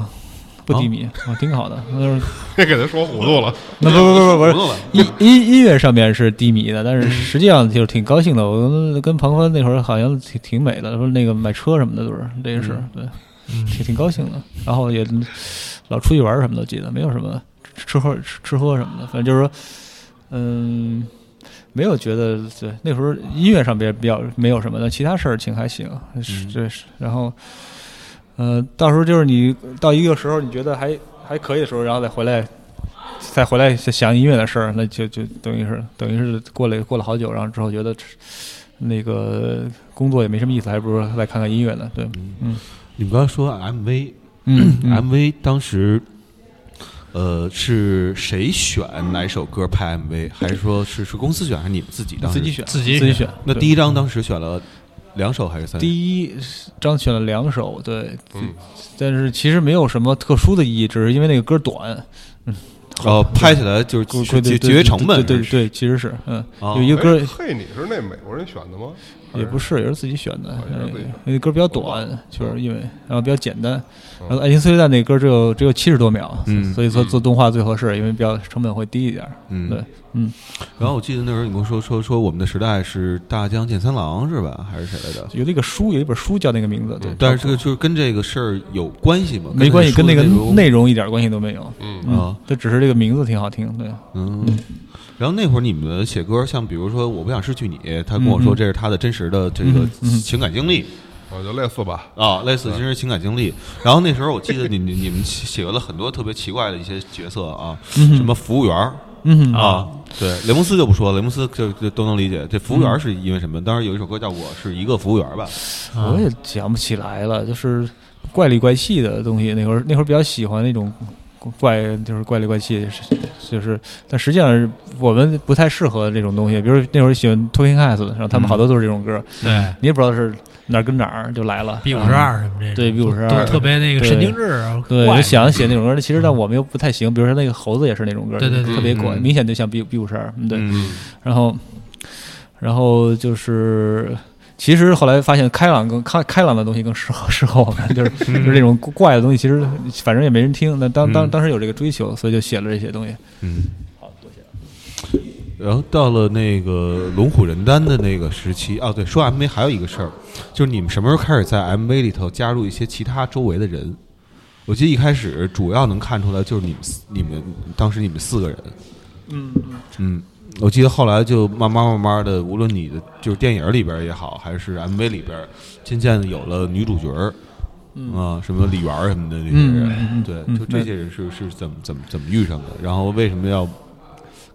S4: 不低迷，啊，挺好的， 那
S3: 这给他说糊涂了。哎
S4: 那不不不不
S1: 不
S4: 不
S1: 用了，
S4: 音音音乐上面是低迷的，但是实际上就是挺高兴的。我跟跟庞宽那会儿好像挺挺美的，说那个买车什么的都是，这个是对，挺挺高兴的。然后也老出去玩儿什么的，我记得没有什么吃吃喝吃吃喝什么的，反正就是说，嗯，没有觉得对那时候音乐上边比较没有什么的，其他事儿情还行，是这是然后。呃，到时候就是你到一个时候，你觉得还还可以的时候，然后再回来再回来想音乐的事儿，那就就等于是等于是过了过了好久，然后之后觉得那个工作也没什么意思，还不如来看看音乐呢。对，嗯
S1: 你们刚才说 MV，MV、
S4: 嗯
S1: MV 当时。呃，是谁选哪首歌拍 MV，还是说是是公司选，还是你们自己当时
S4: 自己？选，
S5: 自己
S4: 自己
S5: 选
S4: 选。
S1: 那
S4: 对嗯
S1: 第一张当时选了两首还是三首？
S4: 第一张选了两首，对，
S3: 嗯
S4: 但是其实没有什么特殊的意义，只是因为那个歌短，
S1: 哦，拍起来就是节
S4: 对对
S1: 节约成本，
S4: 对对对，对其实是嗯
S1: 哦，
S4: 有一个歌
S3: 哎嘿，你是那美国人选的吗？还
S4: 也不是，也是自己选的，
S3: 也是自己选的
S4: 那歌比较短，
S1: 嗯
S4: 就是因为然后比较简单，然后《爱情碎裂弹》那歌只有只有七十多秒，
S1: 嗯
S4: 所以做做动画最合适，因为比较成本会低一点。
S1: 嗯
S4: 对，嗯，
S1: 然后我记得那时候你跟我说说说我们的时代是大江健三郎是吧？还是谁来着？
S4: 有那个书，有一本书叫那个名字，对，
S1: 嗯但是这个就是跟这个事儿有关系吗？
S4: 没关系，跟
S1: 那
S4: 那
S1: 个
S4: 个
S1: 书的
S4: 内容一点关系都没有。
S3: 嗯，
S4: 嗯
S1: 啊，
S4: 这只是这个名字挺好听，对，
S1: 嗯。然后那会儿你们写歌，像比如说《我不想失去你》，他跟我说
S4: 嗯嗯
S1: 这是他的真实的这个
S4: 嗯嗯
S1: 情感经历
S3: 我呃就类似吧，
S1: 啊，类似真实情感经历。然后那时候我记得你你你们写了很多特别奇怪的一些角色啊，什么服务员儿
S4: 嗯哼，
S1: 啊，对，雷蒙斯就不说了，雷蒙斯就就都能理解。这服务
S4: 嗯
S1: 员儿是因为什么？当时有一首歌叫《我是一个服务员》吧，
S4: 我也想不起来了，就是怪里怪气的东西。那会儿那会儿比较喜欢那种怪，就是怪里怪气，是就是但实际上是我们不太适合这种东西。比如那会儿喜欢 Talking Heads，然后他们好多都是这种歌，
S5: 对
S4: 你也不知道是哪儿跟哪儿就来了。
S5: ，B 五十二什么这种，
S4: 对 B52
S5: 都特别那个
S4: 对
S5: 神经质，然后
S4: 对，
S5: 怪
S4: 就想写那种歌，但其实但我们又不太行。比如说那个猴子也是那种歌，
S5: 对对对
S4: 特别怪，
S1: 嗯
S4: 明显就像 B B 五十二，嗯对。
S1: 嗯
S4: 然后，然后就是，其实后来发现开朗更开开朗的东西更适合适合我们， 就是就是那种怪的东西，其实反正也没人听。那当当
S1: 嗯
S4: 当时有这个追求，所以就写了这些东西。
S1: 嗯，好，多谢。然后到了那个龙虎人丹的那个时期啊，对，说 MV 还有一个事儿，就是你们什么时候开始在 MV 里头加入一些其他周围的人？我记得一开始主要能看出来就是你们四你们当时你们四个人，
S4: 嗯，
S1: 嗯，我记得后来就慢慢慢慢的，无论你的就是电影里边也好，还是 MV 里边，渐渐的有了女主角儿，啊，什么李媛儿什么的这些人，
S4: 嗯嗯嗯嗯
S1: 对，
S4: 嗯
S1: 就这些人是是怎么怎么怎么遇上的？然后为什么要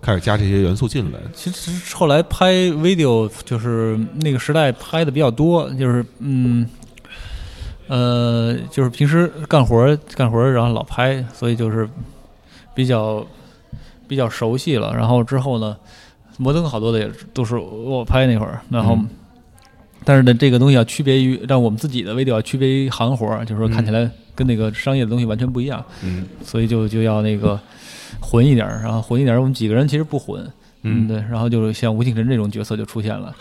S1: 开始加这些元素进来？
S4: 其实后来拍 video 就是那个时代拍的比较多，就是嗯。呃，就是平时干活儿干活儿，然后老拍，所以就是比较比较熟悉了。然后之后呢，摩登好多的也都是我拍那会儿，然后、
S1: 嗯
S4: 但是呢，这个东西要区别于让我们自己的 video 要区别于行活儿，就是说看起来跟那个商业的东西完全不一样，
S1: 嗯
S4: 所以就就要那个混一点儿，然后混一点儿。我们几个人其实不混，嗯，对，然后就是像吴敬晨这种角色就出 现了，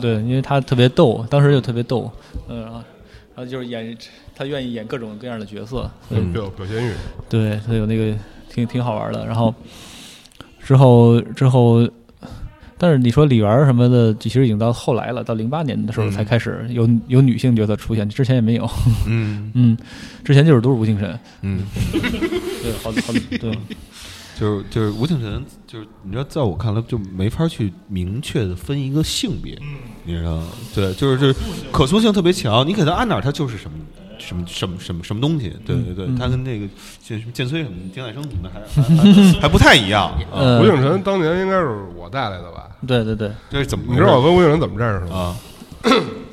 S4: 对，因为他特别逗，当时就特别逗，嗯，然后然后就是演他愿意演各种各样的角色，所以
S1: 嗯
S3: 表表现欲，
S4: 对他有那个挺挺好玩的。然后之后之后，但是你说李媛儿什么的，其实已经到后来了，到零八年的时候
S1: 嗯
S4: 才开始有、有女性角色出现，之前也没有，
S1: 嗯
S4: 嗯，之前就是都是吴敬晨，
S1: 嗯，
S4: 对，好好 对。
S1: 就是就是吴庆晨，就是你知道，在我看来就没法去明确的分一个性别，你知道吗？对，就是就是嗯可塑性特别强，你给他按哪儿，他就是什么。什么什么什么什么东西？对对对，他跟那个剑剑崔什么丁爱生什么的还还 还还不太一样啊！
S4: 呃
S3: 吴敬晨当年应该是我带来的吧？
S4: 对对对，
S1: 这是怎么回
S3: 你
S1: 事？
S3: 知道我跟吴敬晨怎么认识的吗？
S1: 啊？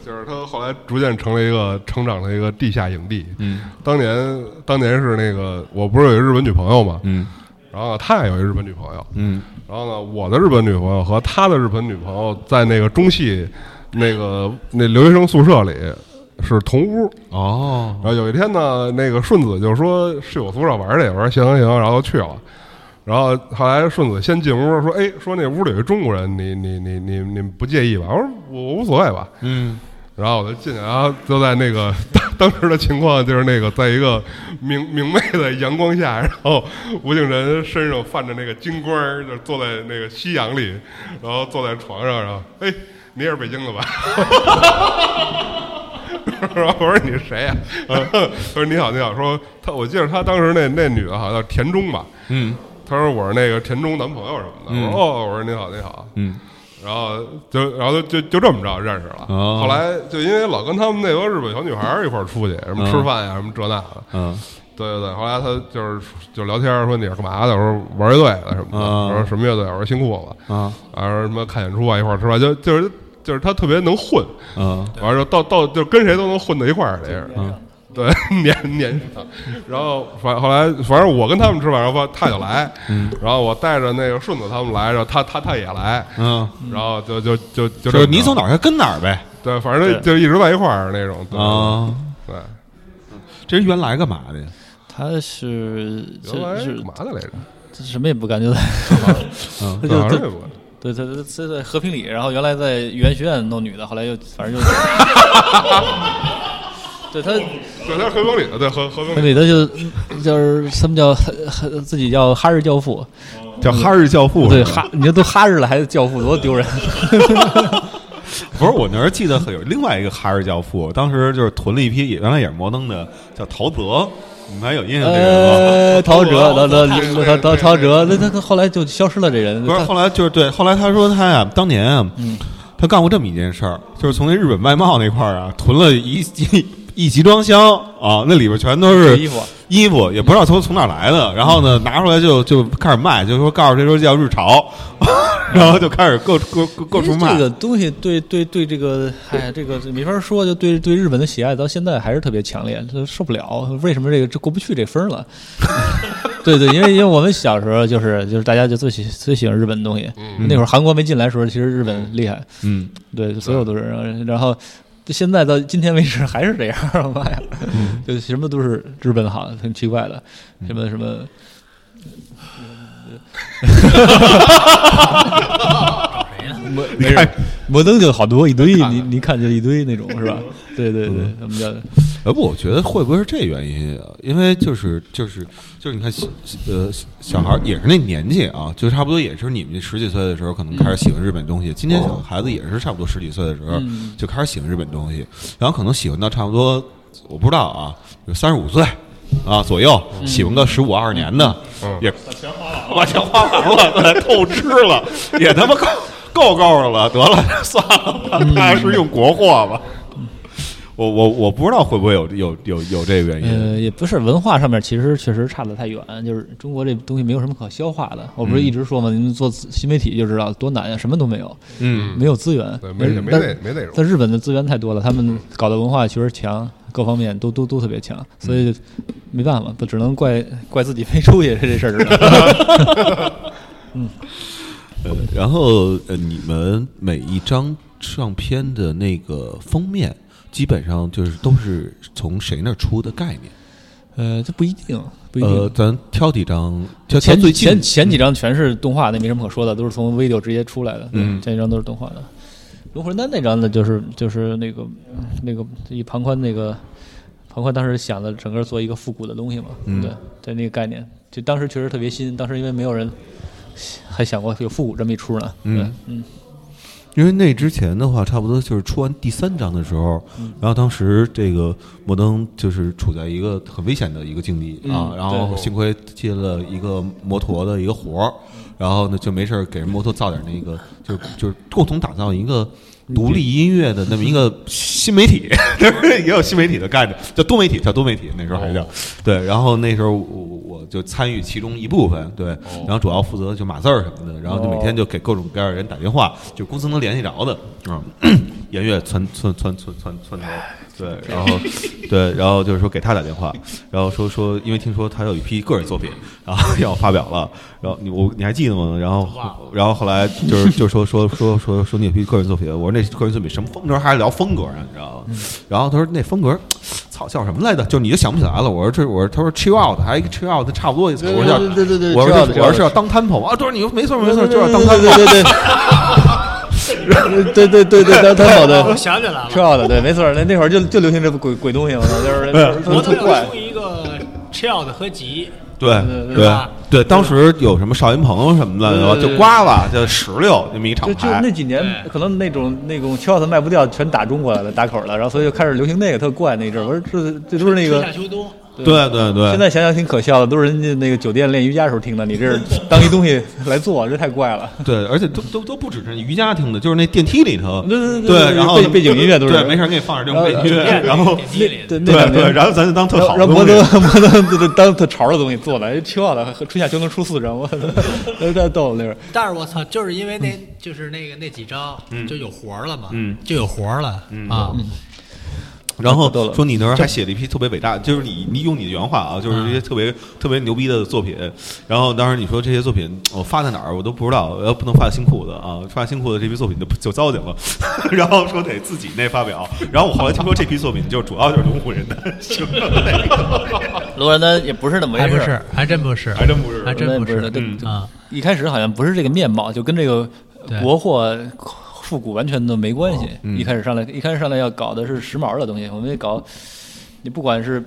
S3: 就是他后来逐渐成了一个成长了一个地下影帝。
S1: 嗯
S3: 当年当年是那个，我不是有一日本女朋友嘛，
S1: 嗯
S3: 然后呢，他也有一日本女朋友，
S1: 嗯
S3: 然后呢，我的日本女朋友和他的日本女朋友在那个中戏那个那留学生宿舍里是同屋。
S1: 哦
S3: 然后有一天呢，那个顺子就说去我宿舍玩去，我说行行行，然后就去了。然后后来顺子先进屋说：“哎，说那屋里有一中国人，你你你你你们不介意吧？”我说：“我我无所谓吧。”
S1: 嗯
S3: 然后我就进去，然后就在那个 当时的情况就是那个在一个明明媚的阳光下，然后吴敬晨身上泛着那个金光儿，就坐在那个夕阳里，然后坐在床上，然后哎，你也是北京的吧？ 然后我说你是谁呀、他说你好，你好。说他，我记得他当时那那女的好像叫田中吧。
S1: 嗯
S3: 他说我是那个田中男朋友什么的。我说哦，我说你好，你好。
S1: 嗯
S3: 然后就然后就就就这么着认识了。
S1: 哦
S3: 后来就因为老跟他们那帮日本小女孩儿一块儿出去，什么
S1: 嗯
S3: 吃饭呀，什么这那的。
S1: 嗯
S3: 对对对，后来他就是就聊天儿说你是干嘛的？我说玩乐队的什么的。
S1: 啊
S3: 我说什么乐队？我说新裤子。
S1: 啊
S3: 啊，说什么看演出啊，一块儿吃饭，就就是就是他特别能混，
S1: 啊
S3: 完了就到到就跟谁都能混到一块儿这样。对，粘粘上，然后反后来反正我跟他们吃饭，然后他就来，然后我带着那个顺子他们来，然后他他他也来，
S1: 嗯，
S3: 然后就就就
S1: 就
S3: 就这
S1: 是
S3: 么着
S1: 你走哪儿跟哪儿呗
S3: 对，反正就一直在一块儿那种。对，
S1: 啊！
S3: 对，
S1: 这人原来干嘛的呀？
S4: 他是
S3: 原来
S4: 是
S3: 干嘛的来着？
S4: 是什么也不干，就
S1: 嗯
S4: 他
S3: 对
S4: 就
S3: 好像
S4: 他
S3: 也不
S4: 对，他他他在和平里，然后原来在语言学院弄女的，后来又 反正就，对他
S3: 对，他是和平里的，对和和平
S4: 那
S3: 里
S4: 里头就就是他们叫自己叫哈日教父，
S1: 叫哈日教父
S4: 对
S1: 是吧
S4: 哈，你这都哈日了还是教父，多丢人！
S1: 不是我那时候记得很有另外一个哈日教父，当时就是囤了一批，原来也是摩登的，叫陶喆，你们还有印象这人吗？
S4: 呃，陶喆，
S3: 陶
S4: 陶
S3: 喆
S4: 喆，
S3: 对
S4: 陶
S3: 对
S4: 陶陶喆，那他他后来就消失了，这人
S1: 不是，
S4: 他嗯
S1: 后来就是对，后来他说他呀，当年啊，他干过这么一件事儿，就是从那日本外贸那块儿啊，囤了一 一一集装箱啊，那里边全都是
S4: 衣服
S1: 衣服也不知道从从哪儿来的，然后呢拿出来就就开始卖，就说告诉这说叫日潮， 然后就开始各各各各处
S4: 因为
S1: 卖
S4: 哎这。个东西对对对，这个哎，这个没法说，就对对日本的喜爱到现在还是特别强烈，就受不了。为什么这个这过不去这分儿了？对对，因为因为我们小时候就是就是大家就最喜最喜欢日本东西，那会儿韩国没进来的时候，其实日本厉害，
S1: 嗯，
S4: 对，所有都是。然后然后就现在到今天为止还是这样，妈呀， 就什么都是日本好，很奇怪的，什么什么。
S1: 你看，
S4: 摩登就好多一堆，你你看就一堆那种是 吧？对对对，他们叫
S1: 呃，不，我觉得会不会是这原因啊？因为就是就是就是，你看，小呃，小孩儿也是那年纪啊，就差不多也是你们十几岁的时候，可能开始喜欢日本东西。今天小孩子也是差不多十几岁的时候
S4: 嗯
S1: 就开始喜欢日本东西，然后可能喜欢到差不多，我不知道啊，有三十五岁啊左右，喜欢个十五二十年的，也 把钱花完了，把钱花完了，透支了，也他妈够够够的了，得了， 算了，还是用国货吧。我我我不知道会不会有有有有这个原因。
S4: 呃，也不是文化上面，其实确实差得太远。就是中国这东西没有什么可消化的。我不是一直说嘛，你们做新媒体就知道多难呀，什么都没有，
S1: 嗯，
S4: 没有资源
S3: 对，没
S4: 但
S3: 没内没内容
S4: 但日本的资源太多了，他们搞的文化确实强，各方面
S3: 嗯
S4: 都都都特别强，所以就没办法，不只能怪怪自己没出息这事 儿了。
S1: 呃，然后呃，你们每一张唱片的那个封面，基本上就是都是从谁那儿出的概念。
S4: 呃，这不一定，不一定。
S1: 呃，咱挑几张，挑挑
S4: 前
S1: 呃最近嗯
S4: 前前几张全是动画，那没什么可说的，都是从 video 直接出来的。对
S1: 嗯
S4: 前几张都是动画的。龙魂丹那张呢，就是就是那个那个以庞宽那个庞宽当时想的整个做一个复古的东西嘛，
S1: 嗯
S4: 对，对那个概念，就当时确实特别新，当时因为没有人还想过有复古这么一出呢。对
S1: 嗯因为那之前的话，差不多就是出完第三章的时候，
S4: 嗯
S1: 然后当时这个摩登就是处在一个很危险的一个境地啊，
S4: 嗯
S1: 然后
S4: 对
S1: 幸亏接了一个摩托的一个活儿，
S4: 嗯
S1: 然后呢就没事儿给人摩托造点那个，就是就是共同打造一个
S4: 嗯
S1: 独立音乐的那么一个新媒体， 也有新媒体的概念，叫多媒体，叫多媒体，那时候
S4: 哦
S1: 还叫对。然后那时候我我我就参与其中一部分，对，
S4: 哦
S1: 然后主要负责就码字儿什么的，然后就每天就给各种各样的人打电话，就公司能联系着的啊， 颜悦窜窜窜窜窜窜头。
S4: 哎
S1: 对，然后对，然后就是说给他打电话，然后说说，因为听说他有一批个人作品，然后要发表了，然后你我你还记得吗？然后然后后来就是就说说说说说你有批个人作品，我说那个人作品什么风格？还是聊风格啊呢？你知道
S4: 嗯
S1: 吗？然后他说那风格，操叫什么来着？就你就想不起来了。我说这我说他说 chill out，还有一个 chill out，差不多意思。我说叫
S4: 对对对对
S1: 我说
S4: chill out，
S1: 这我说
S4: chill out
S1: 是要当 temple 啊，对，你说没错没错，就是要当 temple。
S4: 对对对对对对对对，他 好的
S5: 我。想起来
S4: 知
S5: 了，
S4: 道的，对，没错，那那会儿就就流行这鬼鬼东西嘛，就是就是
S5: 摩登
S4: 特
S5: 要
S4: 怪
S5: 出。一个 chill 的合集，
S1: 对
S4: 对
S5: 对
S1: 对
S5: 吧
S1: 对，当时有什么邵云鹏什么的，
S4: 对对
S1: 就
S4: 对
S1: 瓜吧，就石榴那么一厂
S4: 就就
S1: 牌
S4: 那。几年，可能那种那种 c h o t 卖不掉，全打中国来了，打口了，然后所以就开始流行那个特怪那一阵儿。我说这这都是那个
S5: 春夏，秋冬，
S1: 对对对，
S4: 现在想想挺可笑的，都是人家那个酒店练瑜伽时候听的，你这是当一东西来做，这太怪了。
S1: 对，而且都都都不只是瑜伽听的，就是那电梯里头，
S4: 对对对对
S1: 对，
S4: 对
S1: 然后
S4: 背背景音乐都是
S1: 对，没事儿给你放点这种背景音乐，然后
S5: 电梯里
S4: 对那
S1: 对
S4: 两
S1: 对，
S4: 年，
S1: 然后咱就当特好
S4: 让
S1: 的东
S4: 让摩登
S1: 西。
S4: 摩登 就是当特潮的东西做了 c h o t 春夏秋冬出四张，我 操，太逗了那会儿。
S5: 但是我操，就是因为那
S4: 嗯
S5: 就是那个那几张就有活儿了嘛，
S1: 嗯
S5: 就有活儿了
S4: 嗯
S5: 啊，
S1: 然后
S4: 逗了
S1: 说你那儿还写了一批特别伟大，就是你你用你的原话啊，就是这些特别特别牛逼的作品。然后当时你说这些作品我发在哪儿我都不知道，呃，不能发在新裤子啊，发在新裤子这批作品就就糟践了。 然后说得自己那发表。然后我后来听说这批作品就主要就是龙虎人的， 就
S4: 罗兰丹也不是那么
S5: 还不是，还真不是，
S1: 还真不是
S5: 还真不
S4: 不是
S5: 是
S4: 对
S5: 啊。
S4: 一开始好像不是这个面貌，就跟这个呃
S5: 对
S4: 国货复古完全都没关系。
S1: 嗯
S4: 一开始上来，一开始上来要搞的是时髦的东西，我们也搞，你不管是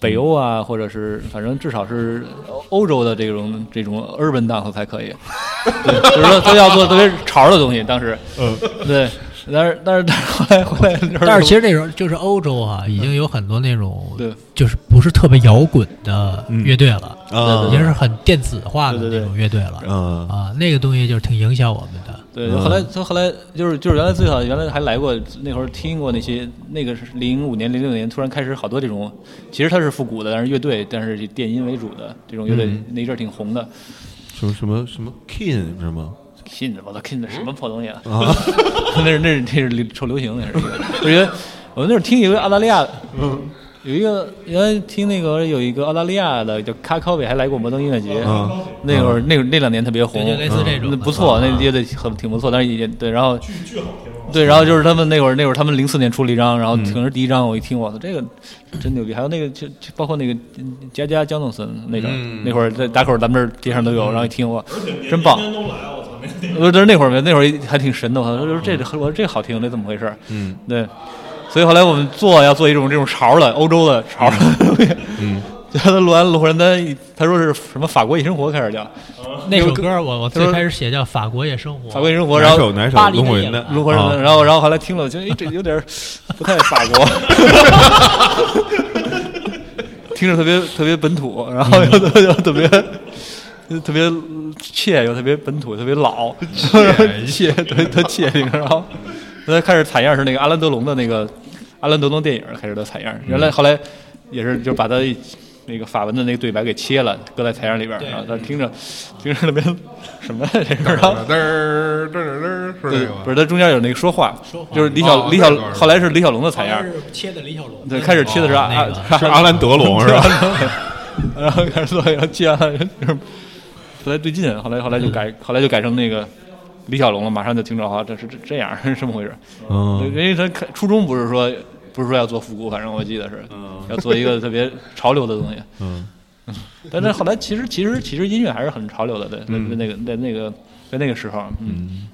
S4: 北欧啊，或者是反正至少是欧洲的这种这种 urban dance 才可以，对，就是说都要做特别潮的东西。当时，
S2: 嗯，
S4: 对，但是但是但是后来后来，
S5: 但是其实那种就是欧洲啊，已经有很多那种
S4: 嗯对嗯
S5: 就是不是特别摇滚的乐队了，
S1: 啊
S5: 已经是很电子化的
S4: 对对
S5: 那
S4: 对
S5: 种乐队了
S1: 嗯
S5: 啊，那个东西就是挺影响我们的。
S4: 对，后来他后来就是就是原来最早原来还来过，那会儿听过那些那个是零五年零六年突然开始好多这种，其实它是复古的，但是乐队但是以电音为主的这种乐队、那一阵儿挺红的。
S1: 什么什么什么 King 是吗？
S4: Kin，我操，Kin
S5: 嗯
S4: 什么破东西啊！ 那是那是那是流臭流行，那是。我觉得我们那时候听一个澳大利亚，
S5: 嗯
S4: 有一个原来听那个有一个澳大利亚的叫 c a c o b y 还来过摩登音乐节，那会儿那会儿那两年特别红，
S5: 嗯
S4: 嗯
S5: 对就类似这种
S4: 那
S5: 的嗯
S4: 不错，那乐队很挺不错，但是也对，然后对，然后就是他们那会儿那会儿他们零四年出了一张，
S5: 嗯
S4: 然后可能是第一张，我一听我操这个真牛逼，还有那个就就包括那个佳佳江总森那个
S5: 嗯
S4: 那会儿在打口咱们这儿街上都有，然后一听我真棒。
S2: 天天都来，我操，那那
S4: 我呃就是那会儿没，那会儿还挺神的，我说这我说这好听，这怎么回事？
S1: 嗯，
S4: 对，所以后来我们做要做一种这种潮的欧洲的潮的东西， 嗯，就他录完《鹿晗丹》，他说是什么法国夜生活开始叫
S5: 那首
S4: 歌
S5: 歌我我
S4: 他说
S5: 最开始写叫《法国夜生活》，
S4: 法国夜生活，然
S1: 哪
S4: 后
S1: 首哪首
S5: 巴？黎
S1: 龙
S5: 的夜
S1: 魂的啊
S5: 晚
S4: 鹿晗什么的，然后然后后来听了，我觉得哎这有点儿不太法国，听着特别特别本土，然后又又又特别。就特别怯，又特别本土，特别老，怯， 特别特怯那个。然后他开始采样是那个阿兰德龙的那个阿兰德龙电影开始的采样，原来后来也是就把他一那个法文的那个对白给切了，搁在采样里边儿，然后他听着听着那边什么呀这是，然后
S3: 噔儿噔儿噔儿，是
S4: 对
S3: 这个，吧
S4: 不？是，他中间有那个说话，
S5: 说话
S4: 就是李小、
S3: 哦
S4: 李小
S3: 那段，儿
S4: 后来是李小龙的采
S5: 好
S3: 哦
S5: 像
S4: 样，
S5: 是切的李小龙。
S4: 对，开始切的是啊
S5: 哦
S4: 阿、
S5: 那个
S4: 阿
S1: 是啊 阿兰德龙是吧？
S4: 然后开始做，然后接完了，就是后来对劲，后来后来就改，后来就改成那个李小龙了，马上就听着啊，这是这这样是这么回事？
S1: 嗯
S4: 因为他开初衷不是说不是说要做复古，反正我记得是、要做一个特别潮流的东西，
S1: 嗯
S4: 但是后来其实其实其实音乐还是很潮流的，对，在、在那个在那个在那个时候，嗯，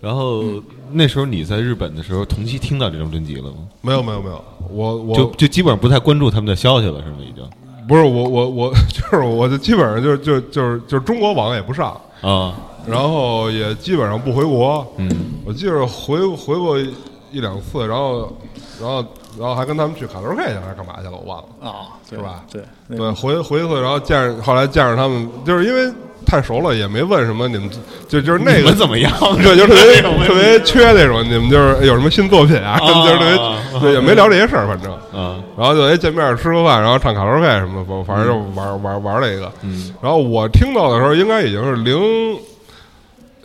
S1: 然后那时候你在日本的时候，同期听到这张专辑了吗？
S3: 没有没有没有，我我
S1: 就就基本上不太关注他们的消息了，是吗？已经
S3: 不是我我我 就是我就基本上就就就是就是中国网也不上，
S1: 啊，
S3: 然后也基本上不回国。
S1: 嗯，
S3: 我记着回回过一一两次，然后然后然后还跟他们去卡拉 OK 去了，还是干嘛去了？我忘了。
S4: 哦，对
S3: 是吧
S4: 对，那
S3: 对，回回一次，然后见着后来见着他们，就是因为太熟了，也没问什么你们，就就是那
S1: 你
S3: 个
S1: 们怎么 样？
S3: 对， 就是特别特别缺那种，你们就是哎有什么新作品啊，
S1: 啊
S3: 就是特
S1: 啊
S3: 别对，也没聊这些事儿，反正。
S1: 啊，
S3: 然后就哎见面吃个饭，然后唱卡拉 OK 什么的，反正就玩玩玩了一个。
S1: 嗯
S3: 然后我听到的时候，应该已经是零，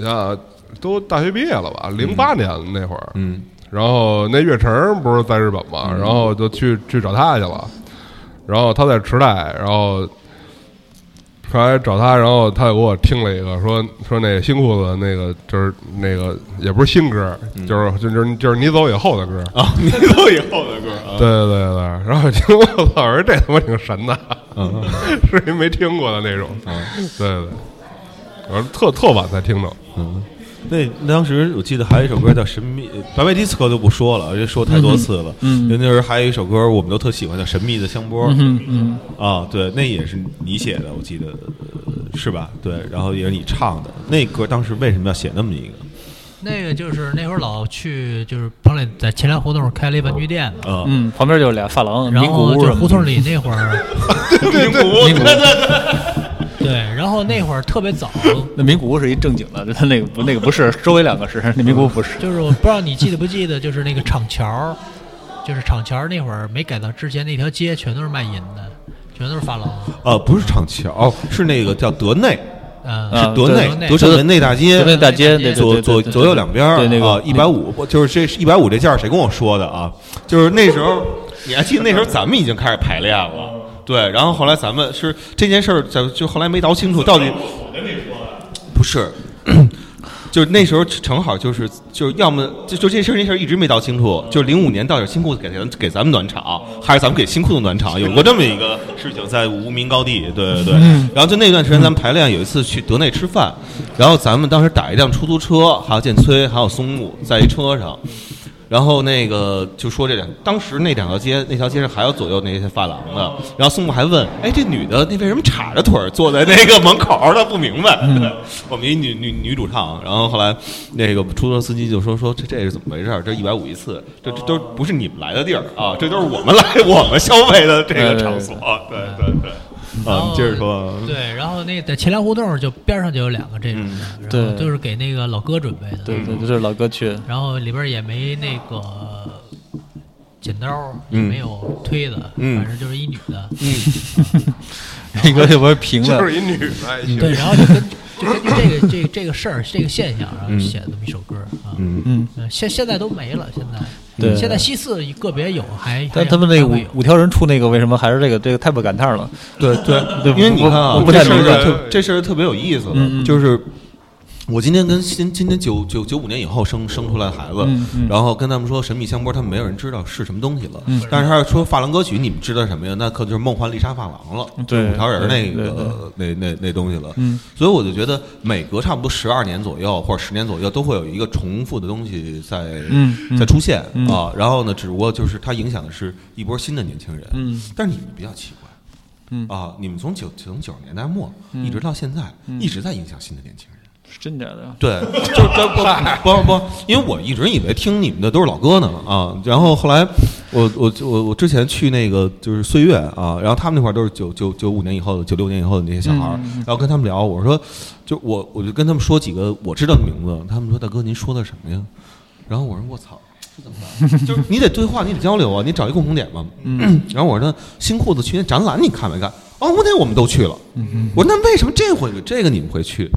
S3: 啊，都大学毕业了吧，零八年那会儿。
S1: 嗯
S3: 然后那岳成不是在日本嘛，然后就去去找他去了，然后他在池袋，然后后来找他，然后他又给我听了一个，说说那个新裤子那个就是那个也不是新歌，就是就就是就是你走以后的歌，
S1: 嗯啊，你走以后的歌啊，
S3: 对对对对，然后我听我操，我说哎这他妈挺神的，
S1: 嗯
S3: 是一没听过的那种，对对对，我是特特晚才听到，
S1: 嗯。那当时我记得还有一首歌叫《神秘呃白白迪斯科》，就不说了，这说太多次了。
S4: 嗯嗯
S1: 因为那时候还有一首歌我们都特喜欢，叫《神秘的香波》。
S4: 嗯嗯，
S1: 啊，对，那也是你写的，我记得呃是吧？对，然后也是你唱的。那歌当时为什么要写那么一个
S5: 那个就是那会儿老去就是彭磊在前粮胡同开了一文具店嘛，
S1: 啊？
S4: 嗯，旁边就是俩发廊，
S5: 然
S4: 名古
S5: 后
S4: 屋
S5: 就
S4: 什
S5: 是
S4: 么
S5: 胡
S4: 的
S5: 同里那会儿，
S1: 名古屋，对对对，
S5: 对，然后那会儿特别早，
S4: 那名古屋是一正经的，他那个不那个不是，周围两个是，那名古屋不是。
S5: 就是我不知道你记得不记得，就是那个厂桥儿，就是厂桥儿那会儿没改造之前，那条街全都是卖淫的，全都是发廊。
S1: 啊，不是厂桥，是那个叫德内，
S5: 嗯，
S4: 啊
S1: 德
S4: 对
S1: 内，德胜门内大街
S4: 就。那大街那
S5: 对
S1: 左左左右两边儿
S4: 对那
S1: 啊
S4: 个，
S1: 一百五，就是这一百五这价儿谁跟我说的啊？就是那时候，你还记得那时候咱们已经开始排练了，对，然后后来咱们是这件事儿，咱就后来没倒清楚到底不是，就是那时候正好就是就是要么就就这事儿这事儿一直没搞清楚，就是零五年到底是新裤子给咱给咱们暖场，还是咱们给新裤子暖场，有过这么一个事情在无名高地，对对对。然后就那段时间咱们排练，有一次去德内吃饭，然后咱们当时打一辆出租车，还有建崔，还有松木在一车上。然后那个就说这两，当时那两条街，那条街上还有左右那些发廊的。然后宋木还问：“哎，这女的那为什么叉着腿儿坐在那个门口儿？”他不明白。对，我们一女女女主唱，然后后来那个出租车司机就说：“说这这是怎么回事儿？这一百五一次，这这都不是你们来的地儿啊，这都是我们来我们消费的这个场所。”对对对。
S5: 然
S1: 啊，
S5: 后
S1: 你接着说。
S5: 对，然后那在前粮胡同就边上就有两个这种
S1: 嗯
S5: 的，
S4: 对
S5: 然后都是给那个老哥准备的。
S4: 对对，嗯就是老哥去，
S5: 然后里边儿也没那个剪刀，也没有推子，
S1: 嗯
S5: 反正就是一女的。
S4: 一个也不是平的
S3: 就，是一女的，一
S5: 对，
S3: 群
S5: 然后就跟就跟这个这个、这个事儿这个现象，然后写了这么一首歌啊。
S1: 嗯
S4: 嗯，
S5: 呃现现在都没了，现在
S4: 对
S5: 现在西四个别有，还
S4: 但
S5: 还
S4: 他们那
S5: 还
S4: 个
S5: 会
S4: 五
S5: 有
S4: 五条人出那个为什么还是这个这个太不赶趟了？
S1: 对对
S4: 对
S1: 因为你看
S4: 我
S1: 啊
S4: 我，不太
S1: 这事儿
S4: 明白
S1: 就特这事儿特别有意思
S4: 嗯嗯
S1: 的，就是我今天跟今今天九九九五年以后生生出来的孩子
S4: 嗯嗯，
S1: 然后跟他们说《神秘香波》，他们没有人知道是什么东西了
S4: 嗯。
S1: 但是他说发廊歌曲，你们知道什么呀？那可就是《梦幻丽莎发廊》了，
S4: 对
S1: 五条人那
S4: 对对
S1: 个那那那东西了。
S4: 嗯，
S1: 所以我就觉得每隔差不多十二年左右或者十年左右，都会有一个重复的东西在
S4: 嗯嗯
S1: 在出现
S4: 嗯
S1: 啊。然后呢，只不过就是它影响的是一波新的年轻人。
S4: 嗯，
S1: 但是你们比较奇怪。
S4: 嗯
S1: 啊，你们从九从九十年代末
S4: 嗯
S1: 一直到现在，一直在影响新的年轻人。
S4: 是真假的？
S1: 对，就是不不不不，因为我一直以为听你们的都是老歌呢啊，然后后来我我我我之前去那个就是岁月啊，然后他们那块儿都是九九九五年以后的、九六年以后的那些小孩儿，然后跟他们聊，我说就我我就跟他们说几个我知道的名字，他们说大哥您说的什么呀？然后我说我操。这怎么办？就是你得对话，你得交流啊，你找一共同点嘛。嗯、 然后我说新裤子去年展览你看没看？哦，我那我们都去了。我说那为什么这回这个你们会去？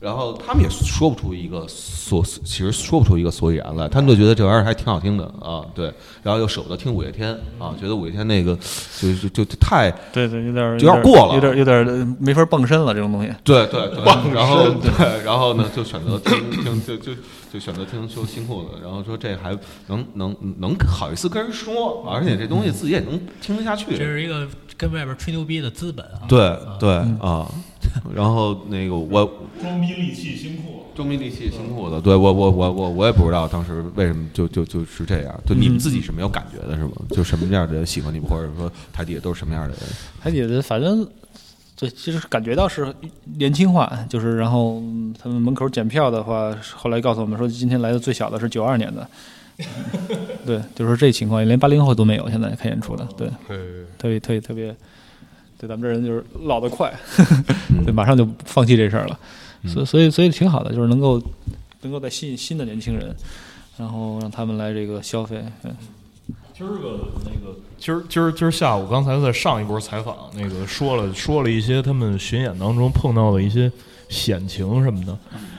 S1: 然后他们也说不出一个所，其实说不出一个所以然来，他们就觉得这玩意儿还挺好听的啊，对，然后又舍不得听五月天啊，觉得五月天那个就就就就太
S4: 对对，有点儿
S1: 有点儿过了
S4: 有点儿有点儿没法蹦身了，这种东西。
S1: 对对对，然后对，然后呢就选择听听就就就选择听说新裤子，然后说这还能能能好意思跟人说，而且这东西自己也能听得下去，
S5: 这是一个跟外边吹牛逼的资本啊。
S1: 对对
S4: 嗯
S1: 啊，然后那个我
S2: 装逼利器新裤
S1: 中迷利器辛苦的，对我我我我我也不知道当时为什么就就就是这样，就你们自
S4: 嗯
S1: 己是没有感觉的是吗？就什么样的人喜欢你们，或者说台底下都是什么样的人？
S4: 海底的反正对，其实感觉到是年轻化，就是然后嗯他们门口检票的话，后来告诉我们说今天来的最小的是九二年的。 对，就说这情况，连八零后都没有，现在看演出的，对，
S3: 对
S4: 特别特别特别，对咱们这人就是老得快， 对，马上就放弃这事儿了，所以所以所以挺好的，就是能够能够再吸引新的年轻人，然后让他们来这个消费，嗯
S2: 今儿个那个，今儿今儿今儿下午，刚才在上一波采访，那个说了说了一些他们巡演当中碰到的一些险情什么的，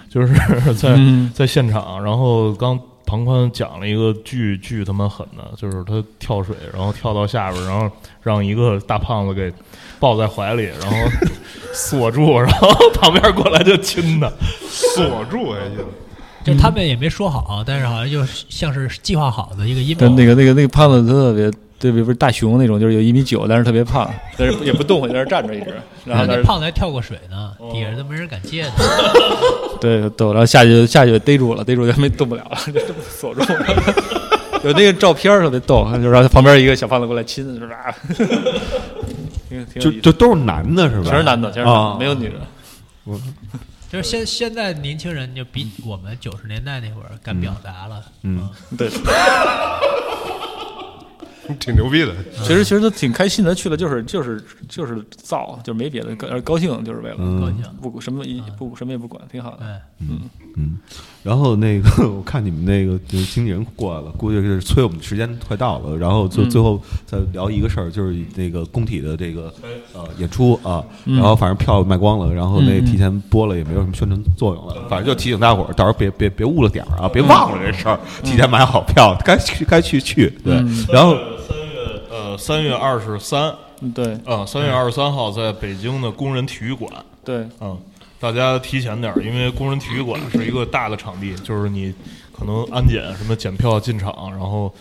S2: 就是 在、
S4: 嗯
S2: 在现场，然后刚庞宽讲了一个巨巨他妈狠的，就是他跳水，然后跳到下边儿，然后让一个大胖子给抱在怀里，然后锁住，然后 旁边过来就亲他，
S3: 锁住哎，就
S5: 就他们也没说好，但是好像就像是计划好的一个阴谋
S4: 但。那个那个那个胖子特别，对，比如大熊那种，就是有一米九，但是特别胖，嗯但是也不动，在那儿站着一 直。然后但
S5: 然后那
S4: 是
S5: 胖子还跳过水呢，底下都没人敢接他。
S4: 对抖，然后下去下去逮住了，逮住就没动不了 了，就这么锁住了。 有那个照片儿特别逗，就是然后旁边一个小胖子过来亲，就是啊， 挺挺有
S1: 就哦
S4: 意思
S1: 就都是男的是吧？啊
S4: 全是男的，全是男的，没有女的。
S5: 就是现现在年轻人就比我们九十年代那会儿敢表达了。
S1: 嗯，
S4: 对，
S3: 挺牛逼的。
S4: 其实其实都挺开心的，去了就是就是就是造，就是没别的，高高兴就是为了
S5: 高
S1: 嗯，
S5: 兴。
S4: 不什么不什么也不管，挺好的。
S5: 对，
S1: 然后那个 我看你们那个就是经纪人过来了，估计是催我们时间快到了，然后就
S4: 嗯
S1: 最后再聊一个事儿，就是那个工体的这个呃演出啊，然后反正票卖光了，然后那
S4: 嗯嗯
S1: 提前播了也没有什么宣传作用了，反正就提醒大伙儿，到时候别别别误了点儿啊，别忘了这事儿，提前买好票，该去该去去，对，然后。
S2: 三月呃三月二十三呃
S4: 嗯对
S2: 啊，三月二十三号在北京的工人体育馆，
S4: 对，
S2: 嗯，大家提前点儿，因为工人体育馆是一个大的场地，就是你可能安检什么检票进场，然后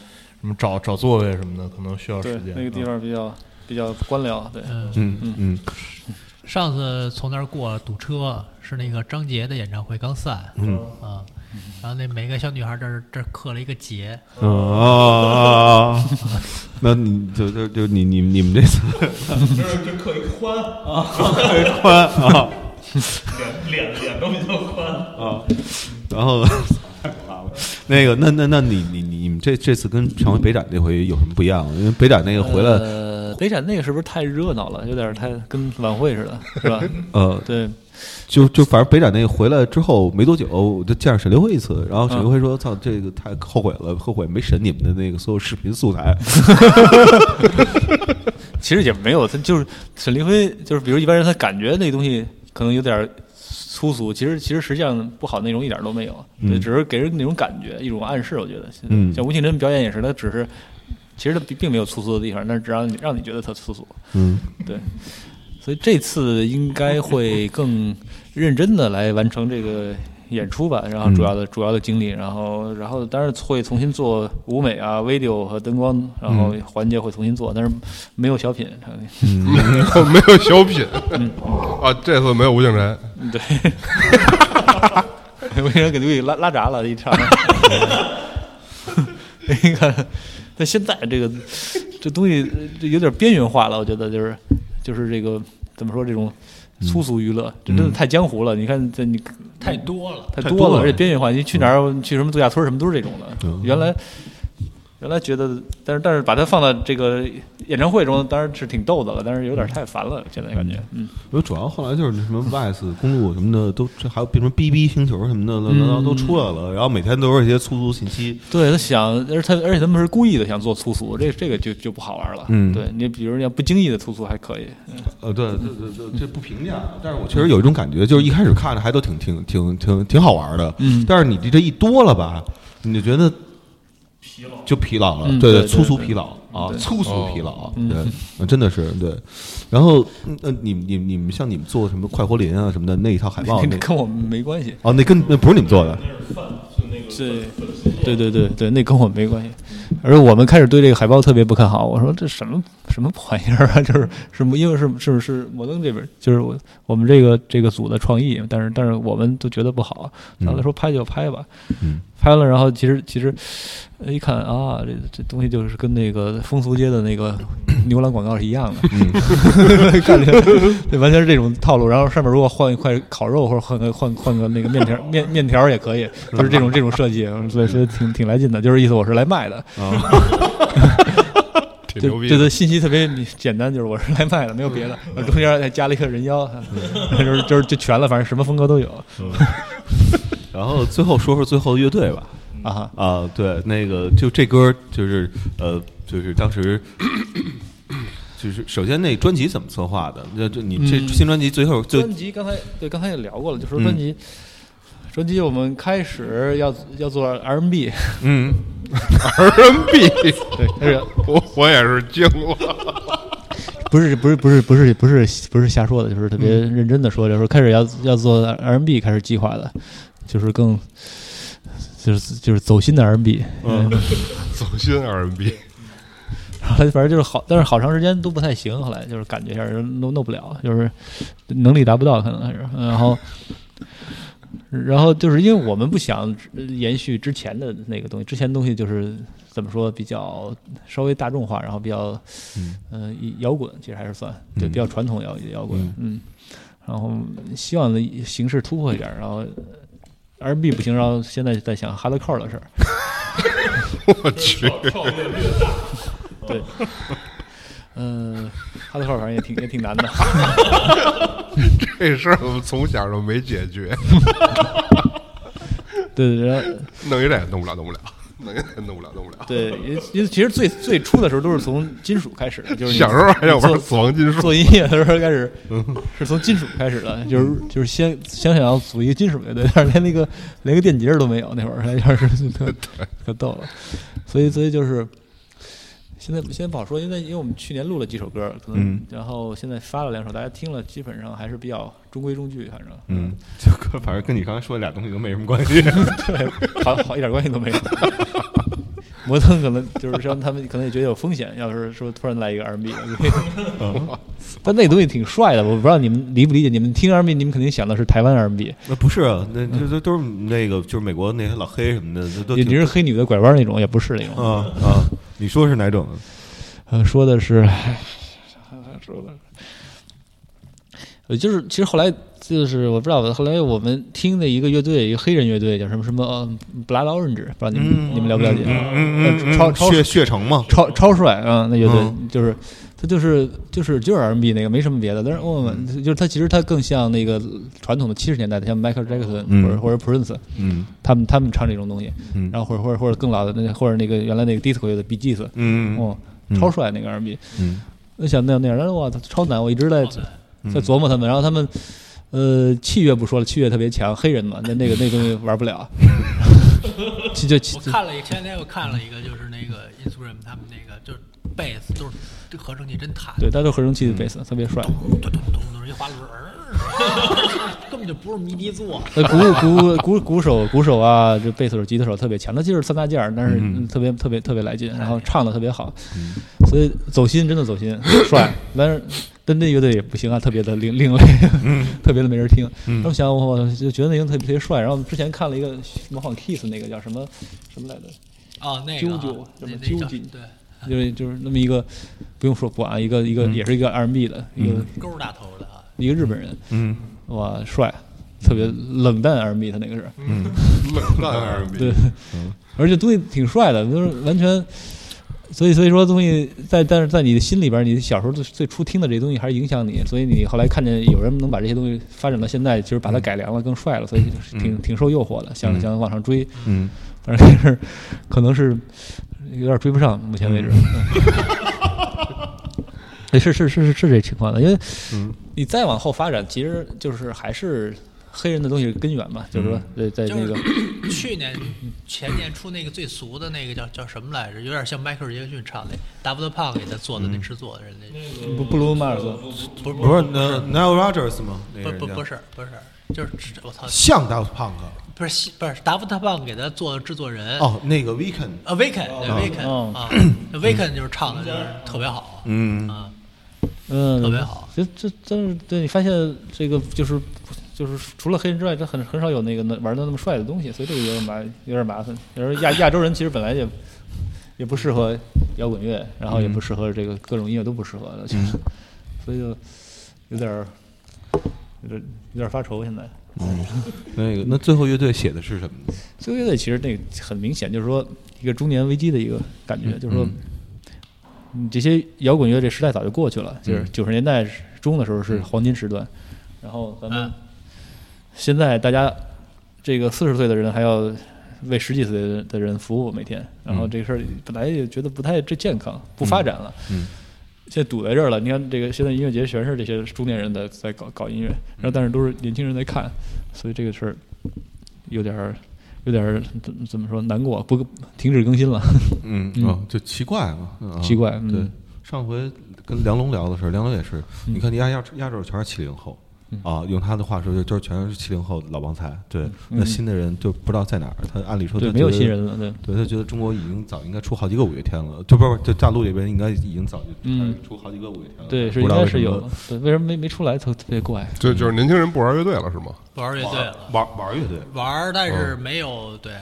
S2: 什么找找座位什么的，可能需要时
S4: 对
S2: 间。啊
S4: 那个地方比较比较官僚，对，
S5: 嗯，
S1: 嗯嗯，
S5: 上次从那儿过堵车，是那个张杰的演唱会刚散，嗯啊，然后那每个小女孩这儿这儿刻了一个结，
S1: 啊啊啊！那你就就就你你你们这次
S2: 这这刻一宽啊，
S1: 宽啊
S2: 脸脸脸都比较宽。
S1: 啊，然后太可怕了那个那那那你你你们这这次跟上回北展那回有什么不一样？因为北展那个回来
S4: 呃，北展那个是不是太热闹了？有点太跟晚会似的，是 吧？
S1: 呃，
S4: 对，
S1: 就就反正北展那个回来之后没多久，我就见着沈立辉一次，然后沈立辉说：“操，这个太后悔了，后悔没审你们的那个所有视频素材。
S4: 其实也没有，他就是沈凌辉，就是比如一般人他感觉那东西可能有点粗俗，其实其实实际上不好内容一点都没有，对，
S1: 嗯
S4: 只是给人那种感觉，一种暗示。我觉得，
S1: 嗯
S4: 像吴庆珍表演也是，他只是其实他并并没有粗俗的地方，但是只让你让你觉得他粗俗。”
S1: 嗯，
S4: 对，所以这次应该会更认真的来完成这个演出吧，然后
S1: 嗯
S4: 主要的、主要的精力，然后然后当然会重新做舞美啊、video 和灯光，然后环节会重新做，但是没有小品，
S3: 没有小品啊，这次没有吴敬晨，
S4: 嗯对， 我给人给给拉拉闸了一场，那个，但现在这个这东西呃这有点边缘化了，我觉得就是就是这个怎么说这种粗俗娱乐，这真的太江湖了。你看这你
S5: 太多了，
S4: 太
S1: 太
S4: 多
S1: 多
S4: 了，
S1: 了
S4: 而且边缘化，你去哪儿去什么度假村什么都是这种的
S1: 嗯。
S4: 原来原来觉得，但是但是把它放到这个演唱会中，当然是挺逗的了，但是有点太烦了，现在感觉嗯。
S1: 我主要后来就是那什么 VS 公路什么的都，这还有变成 BB 星球什么的，
S4: 嗯
S1: 乱七八糟都出来了，然后每天都是一些粗俗信息。
S4: 对他想，而他而且他们是故意的想做粗俗，这这个就就不好玩了。
S1: 嗯
S4: 对你比如你要不经意的粗俗还可以，
S1: 呃，对对对对，这不评价，但是我确实有一种感觉，就是一开始看着还都挺挺挺挺挺好玩的，
S4: 嗯
S1: 但是你这这一多了吧，你就觉得疲劳，就疲劳了，
S4: 嗯
S1: 对
S4: 对对
S1: 粗俗
S4: 对
S1: 疲劳啊，
S4: 对
S1: 粗俗
S3: 哦
S1: 疲劳，
S4: 嗯
S1: 对，呃真的是对。然后，嗯呃，你们你们你们像你们做什么快活林啊什么的那一套海报，那
S4: 跟 跟我们没关系。
S1: 哦，那跟那不是你们做的，
S4: 对，对对对对，那跟我们没关系。而我们开始对这个海报特别不看好，我说这什么什么破玩意儿啊？ 就是是因为是是是摩登这边，就是我我们这个这个组的创意，但是但是我们都觉得不好，
S1: 嗯
S4: 后来说拍就拍吧，
S1: 嗯
S4: 拍了，然后其实其实呃一看啊，这这东西就是跟那个风俗街的那 个牛栏广告是一样的，
S1: 嗯
S4: 感觉对，完全是这种套路。然后上面如果换一块烤肉或者换个换换个那个面条面面条也可以，就是这种这种设计，所以说挺挺来劲的。就是意思我是来卖的，
S3: 挺
S4: 就
S3: 牛逼
S4: 觉
S3: 的嗯
S4: 得信息特别简单，就是我是来卖的，没有别的。然后中间还加了一个人妖， 就是就是就全了，反正什么风格都有
S3: 嗯
S1: 然后最后说说最后乐队吧，
S4: 啊。
S1: 啊，对，那个就这歌就是呃，就是当时就是首先那专辑怎么策划的？那这你这
S4: 嗯
S1: 新专辑最后就
S4: 专辑刚才对刚才也聊过了，就说
S1: 嗯
S4: 专辑。专辑我们开始要要做 R&B，
S1: 嗯
S3: R&B，
S4: 对，开始
S3: 我我也是惊了，
S4: 不是不是不是不是不是不是瞎说的，就是特别认真的说，就是开始要要做 R&B 开始计划的，就是更就是就是走心的 R&B，
S1: 嗯
S3: 走心 R&B，
S4: 后来反正就是好，但是好长时间都不太行，后来就是感觉一下人弄弄不了，就是能力达不到，可能还是，嗯然后。然后就是因为我们不想呃延续之前的那个东西，之前的东西就是怎么说比较稍微大众化，然后比较
S1: 嗯
S4: 呃以摇滚，其实还是算对
S1: 嗯
S4: 比较传统摇摇滚
S1: 嗯，
S4: 嗯，然后希望的形式突破一点，然后 R&B 不行，然后现在在想 hardcore 的事儿，
S3: 我去，
S4: 对，嗯、哈 hardcore 反正也挺也挺 难的。
S3: 这事儿我们从小就没解决，
S4: 对对，然后
S3: 弄一这也弄不了，弄不了，弄一这也弄不了，弄不了。
S4: 对，因因为其实最最初的时候都是从金属开始的，就是你
S3: 小时候还要
S4: 做
S3: 玩死亡金属，
S4: 做音乐的时候开始，
S6: 嗯
S4: 是从金属开始的，就是就是先想想要组一个金属乐队，但是连那个连个电 吉他都没有，那会儿还要是特可逗了，所以所以就是现在不现在不好说，因为因为我们去年录了几首歌，可能、
S6: 嗯
S4: 然后现在发了两首，大家听了基本上还是比较中规中矩，反正
S6: 嗯， 就跟反正跟你刚才说的俩东西都没什么关 系。
S4: 对， 好好一点关系都没有。 摩登可能就是让他们可能也觉得有风险，要是说突然来一个 R&B，但
S6: 嗯
S4: 那东西挺帅的，我不知道你们理不理解。你们听 R&B，你们肯定想的是台湾 R&B，
S1: 那不是啊，
S6: 嗯
S1: 那这都都是那个，就是美国那些老黑什么的，这都
S4: 也
S1: 挺
S4: 只是黑女的拐弯那种，也不是那种。
S1: 啊啊！你说是哪种？啊
S4: 呃，说的是， 唉说的是，呃，就是其实后来就是我不知道，后来我们听的一个乐队，一个黑人乐队叫什么什么呃 Blood Orange，不知道你们、你们了不了解？呃
S1: 嗯嗯嗯，
S4: 超超
S1: 血血城嘛，
S4: 超超帅啊！那乐队、
S1: 嗯
S4: 就是他就是就是就是 R&B 那个，没什么别的。但是我们、
S1: 嗯
S4: 就是他其实他更像那个传统的七十年代的，像 Michael Jackson、
S1: 嗯
S4: 或者或者 Prince，
S1: 嗯
S4: 他们他们唱这种东西，
S1: 嗯
S4: 然后或者或者或者更老的那或者那个原来那个 disco 乐的 B G S，
S1: 嗯
S4: 哦，
S1: 嗯
S4: 超帅那个 R&B，
S1: 嗯
S4: 我想那样那样，但是哇，超难，我一直在
S5: 好的
S1: 嗯
S4: 在琢磨他们，然后他们。呃，器乐不说了，器乐特别强，黑人嘛，那那个那东西玩不了，就就
S5: 我看了一前两天我看了一个，就是那个 Instagram 他们那个就是贝斯都是这合成器真弹，
S4: 对，他都合成器的贝斯，特别帅。
S5: 咚咚咚咚一滑轮儿， 根本就不是迷笛座。
S4: 呃，鼓鼓鼓鼓手、鼓手啊，这贝斯手、吉他手特别强，他就是三大件儿，但是嗯特别特别特别来劲，然后唱的特别好，所以走心真的走心，帅。但是但那乐队也不行啊，特别的另另类， 特别的没人听。他们想我就觉得那个人特别特别帅，然后之前看了一个模仿 Kiss 那个叫什么什么来着？
S5: 哦，那个啊
S4: 啾啾
S5: 那
S4: 什么
S5: 那叫
S4: 啾啾
S5: 对，
S4: 就是就是那么一个，不用说不啊，一个一个也是一个 R&B 的一个
S5: 勾大头的啊，
S4: 一个日本人，
S1: 嗯
S4: 哇，帅，特别冷淡 R&B，他那个是。
S3: 冷淡 R&B，
S4: 对，而且东西挺帅的，就是完全，所以所以说东西在，但是在你的心里边儿，你小时候最最初听的这些东西还是影响你，所以你后来看见有人能把这些东西发展到现在，就是把它改良了，更帅了，所以就是挺挺受诱惑的，想想往上追，
S1: 嗯，
S4: 但是是可能是有点追不上，目前为止。嗯 对，是是是是是这情况的，因为你再往后发展，其实就是还是黑人的东西是根源嘛，就是说在在
S5: 就
S4: 那个
S5: 是 去年前年出那个最俗的那个叫叫什么来着？有点像迈克尔·杰克逊唱的，Double Punk 给他做的那制作的人家，
S4: 布布鲁马尔斯。
S5: 不是
S1: 不是那 Nile Rodgers 吗？那
S5: 不
S1: 个
S5: 是不
S1: 人家
S5: 是不是不是，就是我操，
S1: 像 Daft Punk 啊
S5: 不是西不是 Double Punk 给他做的制作人
S1: 哦，那个 Weekend，
S5: ，Awaken 对
S1: 哦
S5: Awaken 啊，Awaken 就是唱的就是特别好，
S1: 嗯
S5: 啊，
S4: 嗯，
S5: 特别好。
S4: 这这真是对你发现这个就是就是除了黑人之外，这很很少有那个能玩的那么帅的东西，所以这个有点麻有点麻烦。有时候亚亚洲人其实本来也也不适合摇滚乐，然后也
S5: 嗯
S4: 不适合这个各种音乐都不适合的，其实所以就有点儿有点有点发愁现在。
S1: 那个那最后乐队写的是什么呢？
S4: 最后乐队其实那个很明显就是说一个中年危机的一个感
S5: 嗯
S4: 觉，就是说，你嗯这些摇滚乐这时代早就过去了，就是
S1: 嗯
S4: 九十年代中的时候是黄金时段，然后咱们
S5: 嗯
S4: 现在大家这个四十岁的人还要为十几岁的人的人服务每天，然后这个事儿本来也觉得不太这健康，不发展了，
S1: 嗯嗯
S4: 现在堵在这儿了。你看这个现在音乐节全是这些中年人在在搞搞音乐，然后
S1: 嗯
S4: 但是都是年轻人在看，所以这个事儿有点儿有点儿怎怎么说难过，不停止更新了，
S1: 嗯
S4: 嗯
S1: 哦，就奇怪嘛，嗯啊
S4: 奇怪嗯
S1: 对，上回跟梁龙聊的时候，梁龙也是，你看亚亚亚洲全是七零后。
S4: 嗯
S1: 啊，用他的话说，就就是全是七零后老旺财。对，那新的人就不知道在哪儿。他按理说
S4: 嗯对，
S1: 他
S4: 没有
S1: 觉得
S4: 新人了，对。
S1: 对他觉得中国已经早应该出好几个五月天了，就不是就大陆这边应该已经早就开始
S4: 嗯
S1: 出好几个五月天了。
S4: 对，
S1: 不
S4: 是应
S1: 知道
S4: 该
S1: 为什
S4: 是
S1: 么
S4: 有，对，为什么没没出来？特特别怪，
S3: 就就是年轻人不玩乐队了是吗？
S5: 玩乐队了，
S1: 玩玩乐队，
S5: 玩儿但是没有对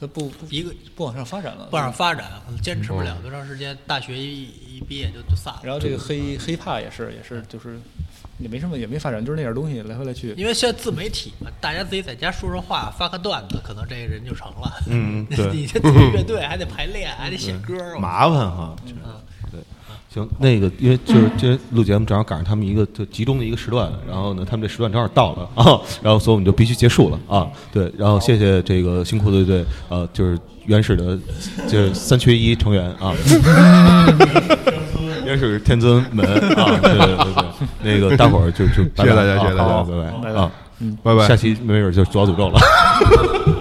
S4: 他不不
S5: 一个
S4: 不往上发展了，
S5: 不想发展，可能坚持不
S1: 哦
S5: 了多长时间，大学一一毕业就就散了。
S4: 然后这个黑黑怕也是也是就是也没什么也没发展，就是那点东西来回来去。
S5: 因为现在自媒体嘛，大家自己在家说说话，发个段子，可能这个人就成了。
S1: 嗯对嗯
S5: 你这自己乐队还得排练，还得写歌儿，
S1: 麻烦哈。对，行，那个因为就是今天录节目正好赶上他们一个就集中的一个时段，然后呢，他们这时段正好到了啊，然后所以我们就必须结束了啊。对，然后谢谢这个辛苦的队，呃，就是原始的，就是三缺一成员 啊。原始天尊门啊，对对对对，那个大伙儿就就拜拜
S3: 谢谢大家
S1: 啊
S3: 谢谢大家
S1: 好好拜拜啊，
S3: 拜拜
S1: 下期没准就主要诅咒了。